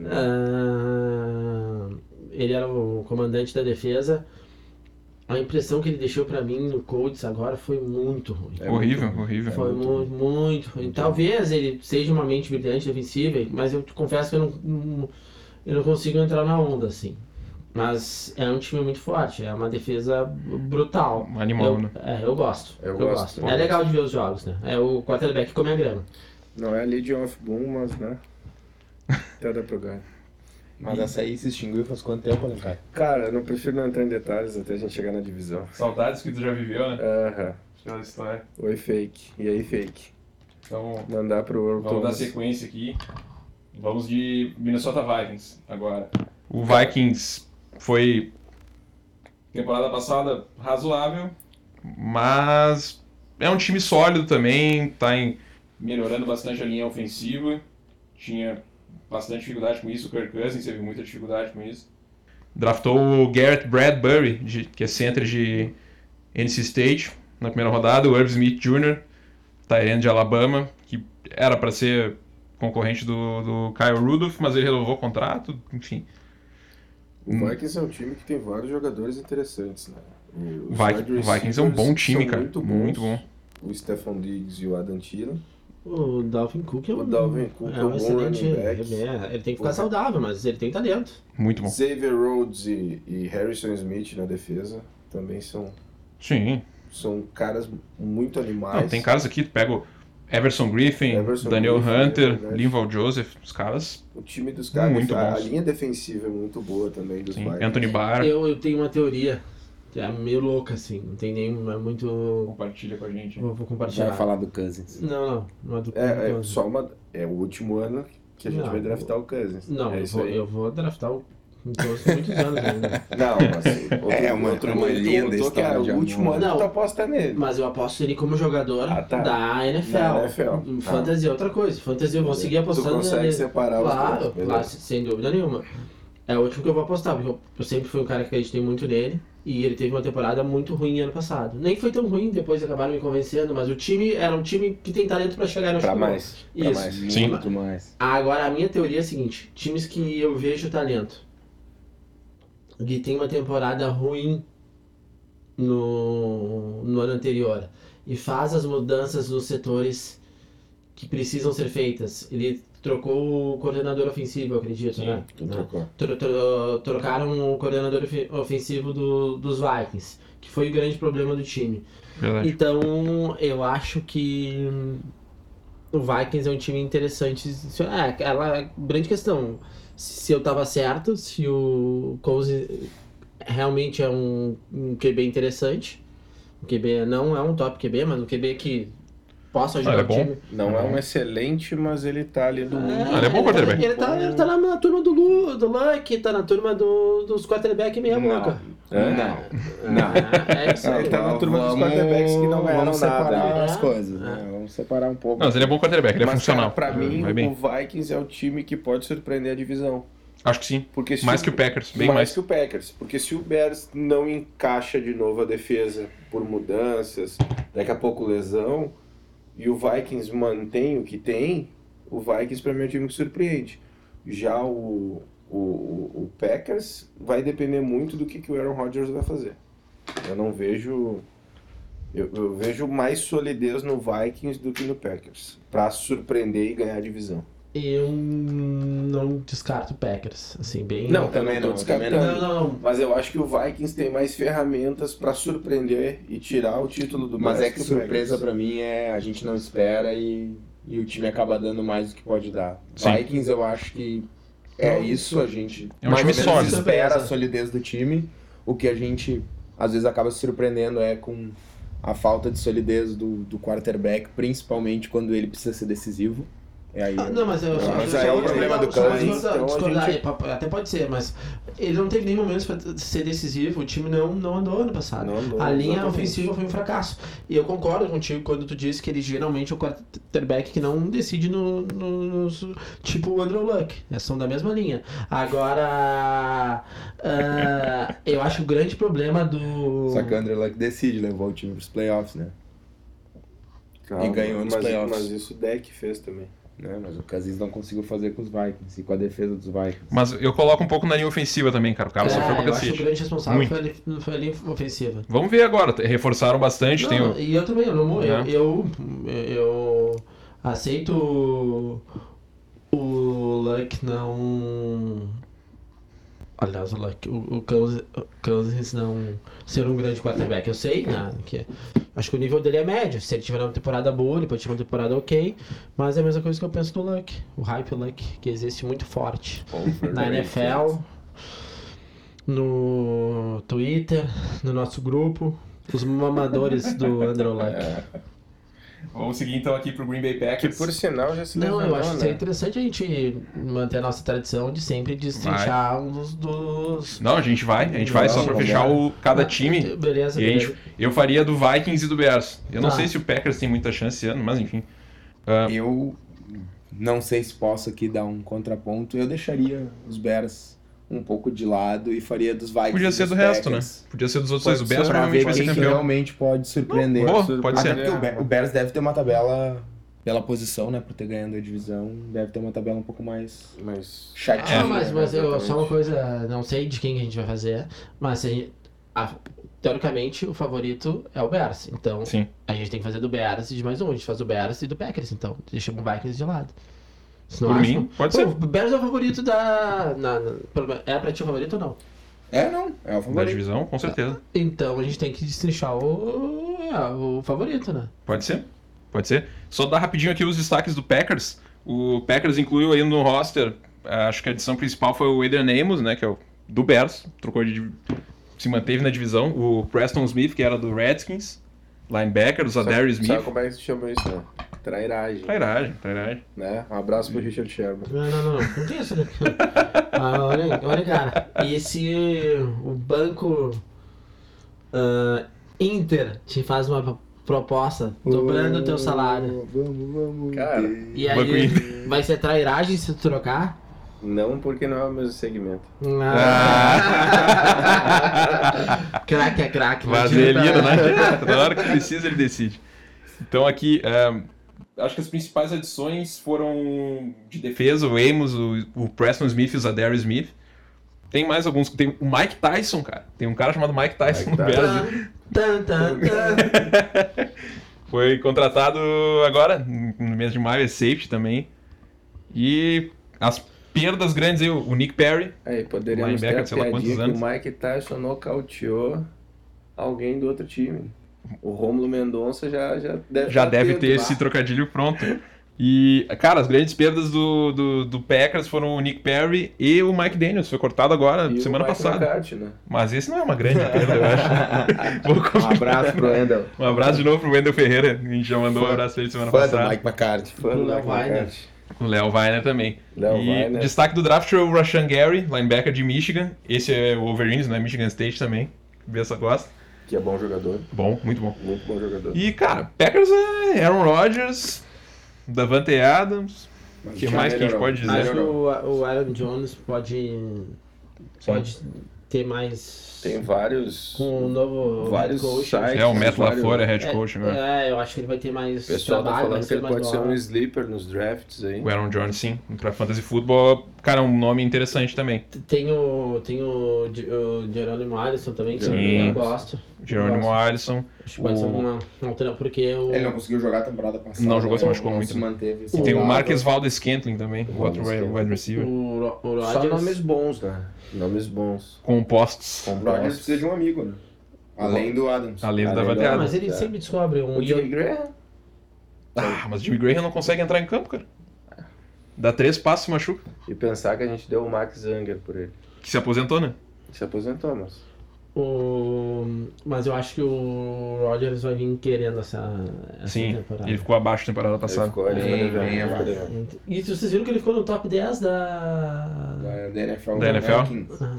Speaker 2: Ah, ele era o comandante da defesa. A impressão que ele deixou pra mim no Colts agora foi muito ruim.
Speaker 4: É
Speaker 1: horrível,
Speaker 4: muito-
Speaker 1: horrível.
Speaker 2: foi
Speaker 4: muito
Speaker 2: muito, muito, ruim. Talvez ele seja uma mente brilhante defensiva, mas eu te confesso que eu não- não, eu não consigo entrar na onda assim. Mas é um time muito forte, é uma defesa brutal.
Speaker 1: Um animal,
Speaker 2: eu,
Speaker 1: né?
Speaker 2: é, eu gosto.
Speaker 4: Eu gosto, eu
Speaker 2: É
Speaker 4: gosto.
Speaker 2: legal de ver os jogos, né? É o quarterback come a grama.
Speaker 5: Não é a Legion of Boom, mas né? Até dá pra ganhar.
Speaker 3: Mas essa aí se extinguiu faz quanto tempo, né, cara?
Speaker 5: Cara, eu não prefiro não entrar em detalhes até a gente chegar na divisão.
Speaker 1: Saudades que tu já viveu, né?
Speaker 5: Aham.
Speaker 1: Pela história.
Speaker 5: Oi, fake. E aí, fake?
Speaker 1: Então,
Speaker 5: Mandar pro World Thomas.
Speaker 1: sequência aqui. Vamos de Minnesota Vikings agora. O Vikings foi. Temporada passada razoável. Mas é um time sólido também, tá em. Melhorando bastante a linha ofensiva. Tinha bastante dificuldade com isso, o Kirk Cousins teve muita dificuldade com isso. Draftou o Garrett Bradbury, de- que é center de NC State, na primeira rodada. O Herb Smith Jr., Tyrande de Alabama, que era para ser concorrente do, do Kyle Rudolph, mas ele renovou o contrato, enfim.
Speaker 4: O Vikings é um time que tem vários jogadores interessantes, né?
Speaker 1: O Vikings, o Vikings é um bom time, cara. Muito,
Speaker 4: Muito,
Speaker 1: bom.
Speaker 4: O Stefan Diggs e o Adam Thielen.
Speaker 2: O Dalvin Cook é um,
Speaker 4: O Dalvin Cook é um bom running back.
Speaker 2: é, Ele tem que ficar saudável, mas ele tem talento.
Speaker 1: Muito bom.
Speaker 4: Xavier Rhodes e, e Harrison Smith na defesa também são,
Speaker 1: Sim.
Speaker 4: são caras muito animais.
Speaker 1: Não, tem caras aqui, tu pega o Everson Griffin,
Speaker 4: Everson
Speaker 1: Daniel
Speaker 4: Griffin, é
Speaker 1: Hunter,
Speaker 4: verdade.
Speaker 1: Linval Joseph, os caras.
Speaker 4: O time dos caras,
Speaker 1: Muito
Speaker 4: a,
Speaker 1: bons.
Speaker 4: a linha defensiva é muito boa também dos
Speaker 1: Sim.
Speaker 4: Vikings.
Speaker 1: Anthony Barr.
Speaker 2: Eu, eu tenho uma teoria que é meio louca, assim. Não tem nenhuma, é muito.
Speaker 1: Compartilha com a gente.
Speaker 2: Vou, vou
Speaker 3: Vai
Speaker 2: compartilhar.
Speaker 3: falar do Cousins.
Speaker 2: Não, não, não é do
Speaker 4: É, é
Speaker 2: do-
Speaker 4: só uma. É o último ano que a gente
Speaker 2: Não.
Speaker 4: vai draftar o Cousins.
Speaker 2: Não,
Speaker 4: é
Speaker 2: eu,
Speaker 4: isso
Speaker 2: vou,
Speaker 4: aí.
Speaker 2: eu vou draftar o. um doce por muitos anos ainda.
Speaker 4: Não, mas assim, outro,
Speaker 3: É uma-
Speaker 4: outro
Speaker 3: é uma
Speaker 4: ano tu
Speaker 3: linda
Speaker 4: botou que
Speaker 3: história
Speaker 4: era
Speaker 3: de
Speaker 4: o último
Speaker 3: amor.
Speaker 4: ano que tu
Speaker 2: né? Não.
Speaker 4: aposta nele.
Speaker 2: Mas eu aposto ele como jogador
Speaker 4: Ah, tá.
Speaker 2: da NFL.
Speaker 4: Da NFL, tá.
Speaker 2: Fantasy é outra coisa. Fantasy eu vou seguir
Speaker 4: tu
Speaker 2: apostando
Speaker 4: consegue
Speaker 2: nele.
Speaker 4: separar os
Speaker 2: Claro,
Speaker 4: dois.
Speaker 2: claro, sem dúvida nenhuma. É o último que eu vou apostar, porque eu, eu sempre fui um cara que acreditei muito nele. E ele teve uma temporada muito ruim ano passado. Nem foi tão ruim, depois acabaram me convencendo, mas o time era um time que tem talento pra chegar no
Speaker 3: Pra
Speaker 2: Super Bowl.
Speaker 3: mais. Pra
Speaker 2: Isso.
Speaker 3: mais.
Speaker 1: Sim.
Speaker 3: Muito mais.
Speaker 2: Agora, a minha teoria é a seguinte: times que eu vejo talento que tem uma temporada ruim no, no ano anterior e faz as mudanças nos setores que precisam ser feitas. Ele trocou o coordenador ofensivo, eu acredito, né?
Speaker 3: então.
Speaker 2: Né? Tro- tro- trocaram o coordenador ofe- ofensivo do, dos Vikings, que foi o grande problema do time.
Speaker 1: Verdade.
Speaker 2: Então, eu acho que hum, o Vikings é um time interessante. Se- É, aquela grande questão. Se eu tava certo, se o Cousy realmente é um, um QB interessante. O QB não é um top QB, mas um QB que possa ajudar
Speaker 1: Ah, ele é
Speaker 2: o
Speaker 1: bom.
Speaker 2: time.
Speaker 5: Não é um excelente, mas ele tá ali do
Speaker 1: Ah, ele é bom quarterback.
Speaker 2: Tá, ele, tá, ele tá na, na turma do, Lu, do Luck, tá na turma do- dos quarterback meia
Speaker 4: Não.
Speaker 2: boca.
Speaker 4: Não.
Speaker 3: Não.
Speaker 2: É, é isso aí.
Speaker 4: Ele tá na turma dos
Speaker 3: Vamos-
Speaker 4: quarterbacks que não ganharam
Speaker 3: Vamos
Speaker 4: nada,
Speaker 3: separar
Speaker 2: né?
Speaker 3: as coisas.
Speaker 2: É.
Speaker 3: né? Vamos separar um pouco.
Speaker 1: Não, mas ele é bom quarterback, ele é
Speaker 4: Mas, cara,
Speaker 1: funcional.
Speaker 4: pra mim,
Speaker 1: Vai bem.
Speaker 4: o Vikings é o time que pode surpreender a divisão.
Speaker 1: Acho que sim.
Speaker 4: Porque se
Speaker 1: Mais que o Packers, bem
Speaker 4: mais,
Speaker 1: mais.
Speaker 4: que o Packers. Porque se o Bears não encaixa de novo a defesa por mudanças, daqui a pouco lesão, e o Vikings mantém o que tem, o Vikings para mim é um time que surpreende. Já o, o, o Packers vai depender muito do que, que o Aaron Rodgers vai fazer. Eu não vejo. Eu, eu vejo mais solidez no Vikings do que no Packers. Pra surpreender e ganhar a divisão.
Speaker 2: Eu não descarto Packers, assim, bem.
Speaker 4: Não, eu
Speaker 3: também
Speaker 4: não tô
Speaker 3: não, também
Speaker 4: descartando.
Speaker 2: não, não. não.
Speaker 4: Mas eu acho que o Vikings tem mais ferramentas pra surpreender e tirar o título do
Speaker 3: Mas
Speaker 4: Bears
Speaker 3: é que
Speaker 4: o
Speaker 3: surpresa
Speaker 4: Packers.
Speaker 3: pra mim é a gente não espera e, e o time acaba dando mais do que pode dar.
Speaker 1: Sim.
Speaker 3: Vikings eu acho que é isso, a gente
Speaker 1: É um
Speaker 3: mais
Speaker 1: time
Speaker 3: ou menos
Speaker 1: sólido.
Speaker 3: espera a solidez do time. O que a gente às vezes acaba se surpreendendo é com a falta de solidez do, do quarterback, principalmente quando ele precisa ser decisivo. É aí.
Speaker 2: Ah, não, mas eu,
Speaker 3: Não,
Speaker 2: eu-
Speaker 3: mas
Speaker 2: eu-
Speaker 3: aí é
Speaker 2: eu-
Speaker 3: o problema
Speaker 2: eu-
Speaker 3: do
Speaker 2: eu-
Speaker 3: Cousins,
Speaker 2: discordar-
Speaker 4: então a
Speaker 2: discordar, é, até pode ser, mas ele não teve nenhum momento pra ser decisivo. O time não, não andou ano passado.
Speaker 4: Ah, Não andou,
Speaker 2: a linha
Speaker 4: exatamente.
Speaker 2: ofensiva foi um fracasso. E eu concordo contigo quando tu diz que ele geralmente é o quarterback que não decide no, no- nos- tipo o Andrew Luck. né? São da mesma linha. Agora, ah, eu acho o grande problema do.
Speaker 3: Só que o André Luck decide, levou o time pros playoffs, né?
Speaker 4: Calma,
Speaker 3: E ganhou nos
Speaker 4: mas,
Speaker 3: playoffs.
Speaker 4: Mas isso o Deck fez também.
Speaker 3: né? Mas o Cousins não conseguiu fazer com os Vikings e com a defesa dos Vikings.
Speaker 1: Mas eu coloco um pouco na linha ofensiva também, cara. O cara sofreu pra
Speaker 2: é, eu acho que o
Speaker 1: cacete.
Speaker 2: grande responsável
Speaker 1: Muito.
Speaker 2: foi a li- foi a linha ofensiva.
Speaker 1: Vamos ver agora. Reforçaram bastante. tem
Speaker 2: Não,
Speaker 1: o...
Speaker 2: E eu também, eu, não, eu,
Speaker 1: Né?
Speaker 2: eu, eu aceito o- o Luck não. Aliás, o Luck, o, o Cousins- o Cousins não ser um grande quarterback, eu sei, né? Que, acho que o nível dele é médio. Se ele tiver uma temporada boa, ele pode ter uma temporada ok. Mas é a mesma coisa que eu penso do Luck. O hype Luck, que existe muito forte na NFL, no Twitter, no nosso grupo, os mamadores do Andrew
Speaker 1: É.
Speaker 2: Luck.
Speaker 1: Vamos seguir então aqui pro Green Bay
Speaker 5: Que
Speaker 1: Packers.
Speaker 5: por sinal já se
Speaker 2: Não, eu
Speaker 5: lesionou,
Speaker 2: acho que seria
Speaker 5: né?
Speaker 2: interessante a gente manter a nossa tradição de sempre destrinchar uns dos.
Speaker 1: Não, a gente vai. A gente vai só pra
Speaker 3: Vamos,
Speaker 1: fechar
Speaker 3: vamos.
Speaker 1: o, cada time.
Speaker 2: Beleza,
Speaker 1: E a
Speaker 2: beleza.
Speaker 1: gente, eu faria do Vikings e do Bears. Eu não
Speaker 2: Tá.
Speaker 1: sei se o Packers tem muita chance esse ano, mas enfim. É.
Speaker 3: Eu não sei se posso aqui dar um contraponto. Eu deixaria os Bears um pouco de lado e faria dos Vikings.
Speaker 1: Podia ser
Speaker 3: dos
Speaker 1: do resto, né?
Speaker 3: Packers
Speaker 1: Podia ser dos outros
Speaker 5: Pode
Speaker 1: dois. O
Speaker 5: ser,
Speaker 1: Bears
Speaker 3: Pra
Speaker 1: provavelmente
Speaker 3: ver
Speaker 1: vai
Speaker 3: quem é
Speaker 1: ser
Speaker 3: que
Speaker 1: campeão.
Speaker 3: realmente pode surpreender.
Speaker 1: Boa,
Speaker 5: Pode
Speaker 1: pode
Speaker 3: Até
Speaker 1: ser.
Speaker 5: ser.
Speaker 3: porque o Be- o Bears deve ter uma tabela pela posição, né? Por ter ganhado a divisão, deve ter uma tabela um pouco mais
Speaker 4: Mas.
Speaker 1: é.
Speaker 3: chatinha.
Speaker 2: Ah, mas, mas eu,
Speaker 4: exatamente.
Speaker 2: só uma coisa, não sei de quem que a gente vai fazer, mas se a gente- a- teoricamente o favorito é o Bears. Então
Speaker 1: Sim.
Speaker 2: a gente tem que fazer do Bears e de mais um. A gente faz do Bears e do Packers, então. Deixa o Vikings de lado. Isso não
Speaker 1: Por
Speaker 2: acho,
Speaker 1: mim,
Speaker 2: não?
Speaker 1: pode
Speaker 2: Pô,
Speaker 1: ser.
Speaker 2: O Bears é o favorito da. Na, na- pelo- é pra ti o favorito ou não?
Speaker 3: É, não. É o
Speaker 1: Da
Speaker 3: favorito.
Speaker 1: divisão, com certeza.
Speaker 2: Então a gente tem que destrinchar o, é, o favorito, né?
Speaker 1: Pode ser. Pode ser. Só dar rapidinho aqui os destaques do Packers. O Packers incluiu aí no roster, acho que a edição principal foi o Adrian Amos, né, que é o do Bears, trocou de div- se manteve na divisão, o Preston Smith, que era do Redskins, linebacker, o Zadary
Speaker 4: sabe, sabe
Speaker 1: Smith. Tá
Speaker 4: como é que se chama isso, né? Trairagem.
Speaker 1: Trairagem, trairagem.
Speaker 4: Né? Um abraço pro Richard Sherman.
Speaker 2: Não, não, não, não, não tem isso daqui. Ah, olha, olha, cara, e se o banco ah, Inter te faz uma proposta dobrando o teu salário,
Speaker 3: Vamos, vamos.
Speaker 4: Cara,
Speaker 2: e
Speaker 1: Banco
Speaker 2: aí vai ser trairagem se tu trocar?
Speaker 4: não porque não é o mesmo segmento.
Speaker 2: Crack é crack. não
Speaker 1: Vaselina, né?
Speaker 2: adianta.
Speaker 4: né?
Speaker 1: não adianta. Na hora que precisa, ele decide. Então aqui, ehm, acho que as principais adições foram de defesa, o Amos, o, o Preston Smith e o Zadary Smith. Tem mais alguns. Tem o Mike Tyson, cara. Tem um cara chamado Mike Tyson
Speaker 4: Mike
Speaker 1: no
Speaker 4: Tyson.
Speaker 1: Bears.
Speaker 2: Tan, tan, tan.
Speaker 1: Foi contratado agora, no mês de maio, é safety também. E as perdas grandes aí, o o Nick Perry.
Speaker 4: Aí poderíamos ter
Speaker 1: Linebacker,
Speaker 4: a
Speaker 1: sei lá
Speaker 4: piadinha
Speaker 1: quantos
Speaker 4: que
Speaker 1: anos.
Speaker 4: o Mike Tyson nocauteou alguém do outro time. O Rômulo Mendonça já, já deve
Speaker 1: já
Speaker 4: tá
Speaker 1: deve
Speaker 4: atento
Speaker 1: ter
Speaker 4: lá.
Speaker 1: esse trocadilho pronto. E, cara, as grandes perdas do, do, do Packers foram o Nick Perry e o Mike Daniels. Foi cortado agora,
Speaker 4: E o
Speaker 1: semana
Speaker 4: Mike
Speaker 1: passada.
Speaker 4: McCarthy, né?
Speaker 1: Mas esse não é uma grande perda, eu acho. Vou
Speaker 4: Um
Speaker 1: comentar.
Speaker 4: abraço pro Endel.
Speaker 1: Um abraço de novo pro Wendel Ferreira. A gente já mandou um
Speaker 3: Fã-
Speaker 1: abraço pra ele semana
Speaker 3: Fã do
Speaker 1: passada.
Speaker 3: Mike McCarthy.
Speaker 4: Fã
Speaker 2: Pro
Speaker 4: do
Speaker 2: Léo
Speaker 4: Mike
Speaker 2: Weiner.
Speaker 4: McCarthy.
Speaker 1: O Léo Weiner também.
Speaker 4: Léo
Speaker 1: e
Speaker 4: Weiner.
Speaker 1: destaque do draft é o Rashan Gary, linebacker de Michigan. Esse é o Wolverines, né? Michigan State também. Bessa gosta.
Speaker 4: Que é bom jogador.
Speaker 1: Bom, muito bom.
Speaker 4: Muito bom jogador.
Speaker 1: E, cara, Packers é Aaron Rodgers, Davante Adams. O que mais que a gente pode dizer?
Speaker 2: Acho que o, o Aaron Jones pode. Pode Tem mais.
Speaker 4: Tem vários.
Speaker 2: Com o novo
Speaker 4: vários
Speaker 2: head coach.
Speaker 4: sites.
Speaker 1: É, o Matt
Speaker 4: vários-
Speaker 1: LaFleur é head
Speaker 2: É,
Speaker 1: coach agora.
Speaker 2: É, eu acho que ele vai ter mais
Speaker 4: O pessoal tá
Speaker 2: trabalho, vai
Speaker 4: falando que
Speaker 2: ser
Speaker 4: ele
Speaker 2: mais
Speaker 4: pode ser um
Speaker 2: bola.
Speaker 4: sleeper nos drafts aí.
Speaker 1: O Aaron Jones, sim. Pra fantasy football, cara, é um nome interessante também.
Speaker 4: um
Speaker 2: Tem o, tem o, Ge- o Jerônimo Alisson também, que
Speaker 1: Sim.
Speaker 2: eu gosto.
Speaker 1: Jerônimo Alisson.
Speaker 2: Acho que pode ser
Speaker 1: O-
Speaker 2: uma alternativa, porque o...
Speaker 3: Ele não conseguiu jogar a temporada passada.
Speaker 1: Não jogou, se
Speaker 3: né?
Speaker 1: machucou
Speaker 3: Não
Speaker 1: muito,
Speaker 3: Se
Speaker 1: né?
Speaker 3: manteve.
Speaker 1: E tem o
Speaker 2: Lado.
Speaker 1: Marques Valdes Scantling também, outro
Speaker 4: Valdes Scantling.
Speaker 1: wide receiver.
Speaker 2: O, Ro- o
Speaker 4: é um Só nomes
Speaker 2: Rodgers...
Speaker 4: bons, né? Nomes bons.
Speaker 1: Compostos.
Speaker 3: O Rodgers precisa de um amigo, né?
Speaker 1: Tá
Speaker 3: Além do Adams.
Speaker 1: A lenda da
Speaker 4: Além do
Speaker 2: Ah,
Speaker 1: bateada.
Speaker 2: mas ele
Speaker 4: É.
Speaker 2: sempre descobre um...
Speaker 4: O Jimmy Graham?
Speaker 1: Ah, mas o Jimmy Graham não consegue entrar em campo, cara. Dá três passos e machuca.
Speaker 4: E pensar que a gente deu o Max Zanger por ele.
Speaker 1: Que se aposentou, né?
Speaker 4: Se aposentou, mas.
Speaker 2: O... Mas eu acho que o Rodgers vai vir querendo essa, essa
Speaker 1: Sim.
Speaker 2: temporada.
Speaker 1: Ele ficou abaixo da temporada
Speaker 4: Ele
Speaker 1: passada.
Speaker 4: ficou ali.
Speaker 3: Bem, bem abaixo.
Speaker 2: E vocês viram que ele ficou no top 10 da...
Speaker 3: Da, da NFL.
Speaker 1: Da NFL?
Speaker 3: Rankings.
Speaker 2: Ah.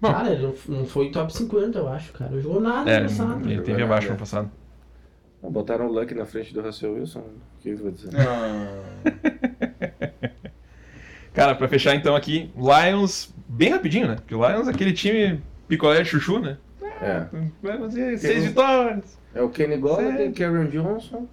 Speaker 1: Bom.
Speaker 2: Cara, ele não, não foi top 50, eu acho, cara. Não jogou nada
Speaker 1: É,
Speaker 2: no passado.
Speaker 1: ele teve abaixo no passado.
Speaker 4: Não, botaram o Luck na frente do Russell Wilson. né? O que eu vou dizer?
Speaker 3: Ah,
Speaker 1: Cara, pra fechar então aqui, Lions, bem rapidinho, né? Porque o Lions é aquele time picolé chuchu, né?
Speaker 4: É.
Speaker 1: Vai fazer seis vitórias.
Speaker 4: É o Kenny
Speaker 1: Sério?
Speaker 4: Golladay, Karen Johnson.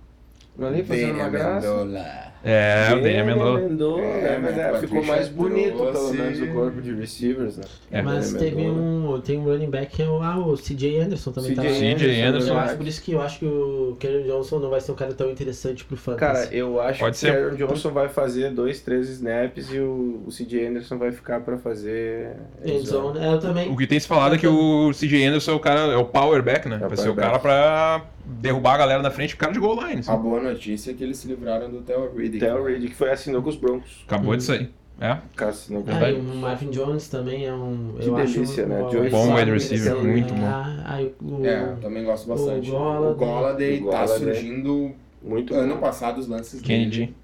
Speaker 4: Ali Tá fazendo
Speaker 3: Benny
Speaker 4: uma graça.
Speaker 3: Amendola.
Speaker 1: É, o Daniel Amendola.
Speaker 4: Amendola.
Speaker 3: É,
Speaker 4: É, mas é,
Speaker 3: Patrick
Speaker 4: ficou mais bonito, pelo
Speaker 1: assim.
Speaker 3: Trouxe.
Speaker 4: menos, o corpo de receivers, né?
Speaker 1: É,
Speaker 2: Mas
Speaker 4: é
Speaker 2: teve um, tem um running back que é o, ah, o CJ Anderson também tá lá.
Speaker 1: CJ Anderson.
Speaker 2: Eu acho por isso que eu acho que o Kerry Johnson não vai ser um cara tão interessante pro
Speaker 4: Cara,
Speaker 2: fantasy.
Speaker 4: eu acho
Speaker 1: Pode
Speaker 4: que
Speaker 1: ser. um
Speaker 4: o Aaron Johnson vai fazer dois, três snaps e o, o CJ Anderson vai ficar pra fazer.
Speaker 2: End zone, é, eu também.
Speaker 1: O que tem se falado é que o CJ Anderson é o cara, é o power back, né?
Speaker 4: o
Speaker 1: Vai
Speaker 4: power
Speaker 1: ser o
Speaker 4: back.
Speaker 1: cara pra derrubar a galera da frente, o cara de goal line. assim.
Speaker 3: A
Speaker 1: sabe?
Speaker 3: boa notícia é que eles se livraram do Theo Riddick.
Speaker 4: Até o Reed, que foi assinou com os Broncos.
Speaker 1: Acabou disso aí. É,
Speaker 4: Cara, assinou com os
Speaker 2: Ah, e
Speaker 1: verdade.
Speaker 2: o Marvin Jones também é um.
Speaker 4: Que
Speaker 2: eu
Speaker 4: delícia,
Speaker 2: acho,
Speaker 4: né?
Speaker 2: um-
Speaker 4: Jones
Speaker 1: Bom wide
Speaker 2: um-
Speaker 1: receiver,
Speaker 2: um-
Speaker 1: muito bom.
Speaker 2: Ah, ah, o,
Speaker 3: É, eu também gosto bastante.
Speaker 2: O Golladay.
Speaker 3: O Golladay
Speaker 4: O
Speaker 3: tá
Speaker 4: Golladay.
Speaker 3: surgindo
Speaker 4: Muito
Speaker 3: ano
Speaker 4: bom.
Speaker 3: passado os lances dele.
Speaker 1: Kennedy.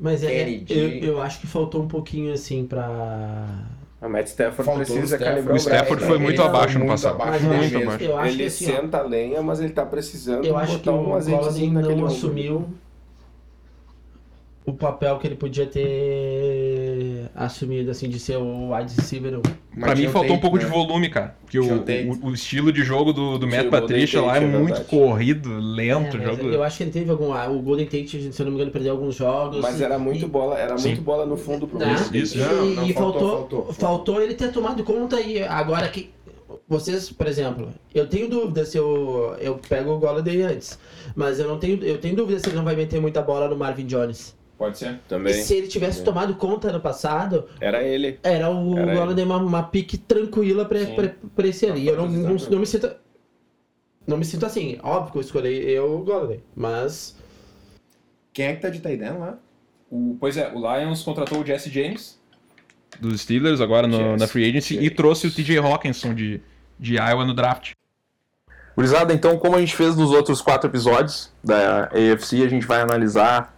Speaker 2: mas é,
Speaker 3: Kennedy.
Speaker 2: eu, eu acho que faltou um pouquinho assim pra.
Speaker 4: A Ah, Matt Stafford
Speaker 3: Faltou é o
Speaker 4: precisa
Speaker 3: Stafford. tá
Speaker 4: calibrar
Speaker 1: O
Speaker 4: o
Speaker 1: Stafford
Speaker 4: braço,
Speaker 1: foi
Speaker 4: né?
Speaker 1: muito
Speaker 4: Ele-
Speaker 1: abaixo no
Speaker 3: muito
Speaker 1: passado.
Speaker 3: abaixo
Speaker 2: Mas
Speaker 1: muito
Speaker 3: mesmo.
Speaker 1: abaixo.
Speaker 2: Eu acho
Speaker 4: Ele
Speaker 2: que assim, ó,
Speaker 4: senta a lenha, mas ele tá precisando
Speaker 2: Eu acho que
Speaker 4: botar
Speaker 2: o
Speaker 4: um
Speaker 2: Golladay
Speaker 4: azeitezinho naquele
Speaker 2: não
Speaker 4: ombro.
Speaker 2: assumiu o papel que ele podia ter assumido, assim, de ser o wide receiver.
Speaker 3: Mas
Speaker 1: Pra mim
Speaker 3: tinha o
Speaker 1: faltou um
Speaker 3: Tate,
Speaker 1: pouco de
Speaker 3: né?
Speaker 1: volume, cara. Porque o,
Speaker 3: Tinha o Tate.
Speaker 1: o- o um estilo de jogo do, do Matt
Speaker 4: Tinha o Golden
Speaker 1: Patrícia lá é
Speaker 4: Tate, é
Speaker 1: muito
Speaker 4: verdade.
Speaker 1: corrido,
Speaker 2: É,
Speaker 1: lento. o
Speaker 2: mas
Speaker 1: um jogo.
Speaker 2: Eu acho que ele teve algum. ah, O Golden Tate, se eu não me engano, perdeu alguns jogos.
Speaker 4: Mas é um era muito bola, era
Speaker 1: Sim.
Speaker 4: muito bola no fundo pro
Speaker 2: Né?
Speaker 4: Wilson.
Speaker 1: Isso, isso.
Speaker 2: E,
Speaker 3: Não, não,
Speaker 2: e
Speaker 3: faltou,
Speaker 2: faltou,
Speaker 3: faltou,
Speaker 2: faltou,
Speaker 3: faltou.
Speaker 2: ele ter tomado conta e agora que. Vocês, por exemplo, eu tenho dúvida se eu, eu pego o Golladay antes. Mas eu não tenho. Eu tenho dúvida se ele não vai meter muita bola no Marvin Jones.
Speaker 1: Pode ser.
Speaker 2: E
Speaker 4: Também.
Speaker 2: se ele tivesse tomado conta no passado,
Speaker 4: Era ele.
Speaker 2: Era o
Speaker 4: Era
Speaker 2: Golladay uma, uma pique tranquila pra,
Speaker 1: Sim.
Speaker 2: pra, pra esse ali. Eu não,
Speaker 3: Tá
Speaker 2: não, não me sinto. Não me sinto assim. Óbvio que eu escolhi eu o Golladay. Mas.
Speaker 3: Quem é que tá de Taiden lá?
Speaker 1: pois é, o Lions contratou o Jesse James. Dos Steelers, agora no-
Speaker 4: Jesse
Speaker 1: na Free Agency, e
Speaker 4: James.
Speaker 1: trouxe o TJ Hawkinson de, de Iowa no draft.
Speaker 6: Gurizada, então, como a gente fez nos outros quatro episódios da AFC, a gente vai analisar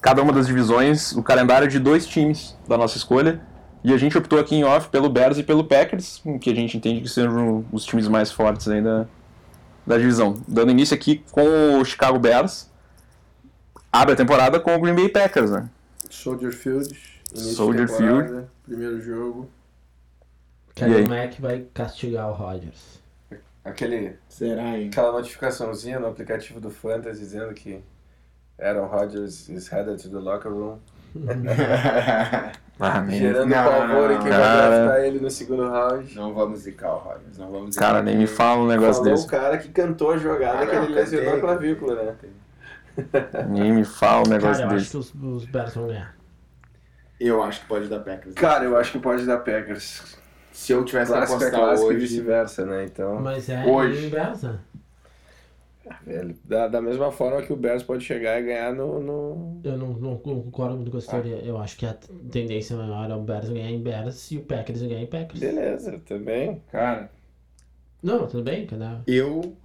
Speaker 6: cada uma das divisões, o calendário de dois times da nossa escolha. E a gente optou aqui em off pelo Bears e pelo Packers, que a gente entende que sejam os times mais fortes aí da, da divisão. Dando início aqui com o Chicago Bears, abre a temporada com o Green Bay Packers, né?
Speaker 4: Soldier Field. início de
Speaker 6: Soldier
Speaker 4: temporada, Primeiro jogo.
Speaker 6: Cara, E aí?
Speaker 2: o Mac vai castigar o Rodgers.
Speaker 4: Aquele
Speaker 3: Será, hein?
Speaker 4: Aquela notificaçãozinha no aplicativo do Fantasy dizendo que Aaron Rodgers is headed to the locker room.
Speaker 2: Uhum.
Speaker 6: Ah,
Speaker 4: Gerando
Speaker 3: Não,
Speaker 4: pavor em quem vai
Speaker 6: cara.
Speaker 4: draftar ele no segundo round.
Speaker 3: não vamos zicar o Rodgers, não vamos zicar.
Speaker 6: Cara, nem me fala um negócio
Speaker 4: Falou
Speaker 6: desse.
Speaker 4: o cara que cantou a jogada
Speaker 3: Ah,
Speaker 4: que
Speaker 3: não,
Speaker 4: ele lesionou
Speaker 3: cantei,
Speaker 4: a clavícula, né?
Speaker 6: Nem me fala um negócio
Speaker 2: Cara, eu acho
Speaker 6: desse.
Speaker 2: que os, os Bears vão ganhar.
Speaker 3: Eu acho que pode dar Packers.
Speaker 4: Cara, eu acho que pode dar Packers.
Speaker 3: Se eu tivesse que
Speaker 6: é
Speaker 4: Clássica,
Speaker 3: apostar
Speaker 4: clássica é e
Speaker 3: hoje,
Speaker 4: vice-versa, né? Então,
Speaker 2: Mas é
Speaker 3: Hoje.
Speaker 2: o Bears, né?
Speaker 4: velho, da, da mesma forma que o Bears pode chegar e ganhar no... no...
Speaker 2: Eu não, não concordo muito com a história. Eu acho que a tendência maior é o Bears ganhar em Bears e o Packers ganhar em Packers.
Speaker 4: Beleza, também.
Speaker 1: Cara,
Speaker 2: Não, tudo bem, cara.
Speaker 3: eu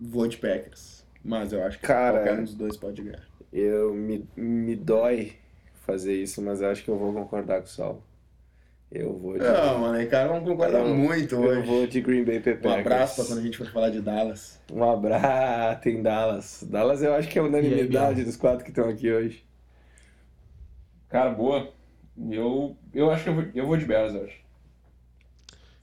Speaker 3: vou de Packers. Mas eu acho que
Speaker 4: Cara,
Speaker 3: qualquer um dos dois pode ganhar.
Speaker 4: Eu me, me dói fazer isso, mas eu acho que eu vou concordar com o Saulo. Eu vou de...
Speaker 3: Não, mano, aí, cara, vamos concordar
Speaker 4: Eu-
Speaker 3: muito
Speaker 4: Eu
Speaker 3: Ah, hoje.
Speaker 4: vou de Green Bay Packers.
Speaker 3: Um abraço pra quando a gente for falar de Dallas.
Speaker 4: Um abraço tem Dallas. Dallas eu acho que é a
Speaker 2: E
Speaker 4: unanimidade
Speaker 2: aí,
Speaker 4: dos quatro que estão aqui hoje.
Speaker 1: cara, boa. Eu, eu acho que eu vou, eu vou de Bears, eu acho.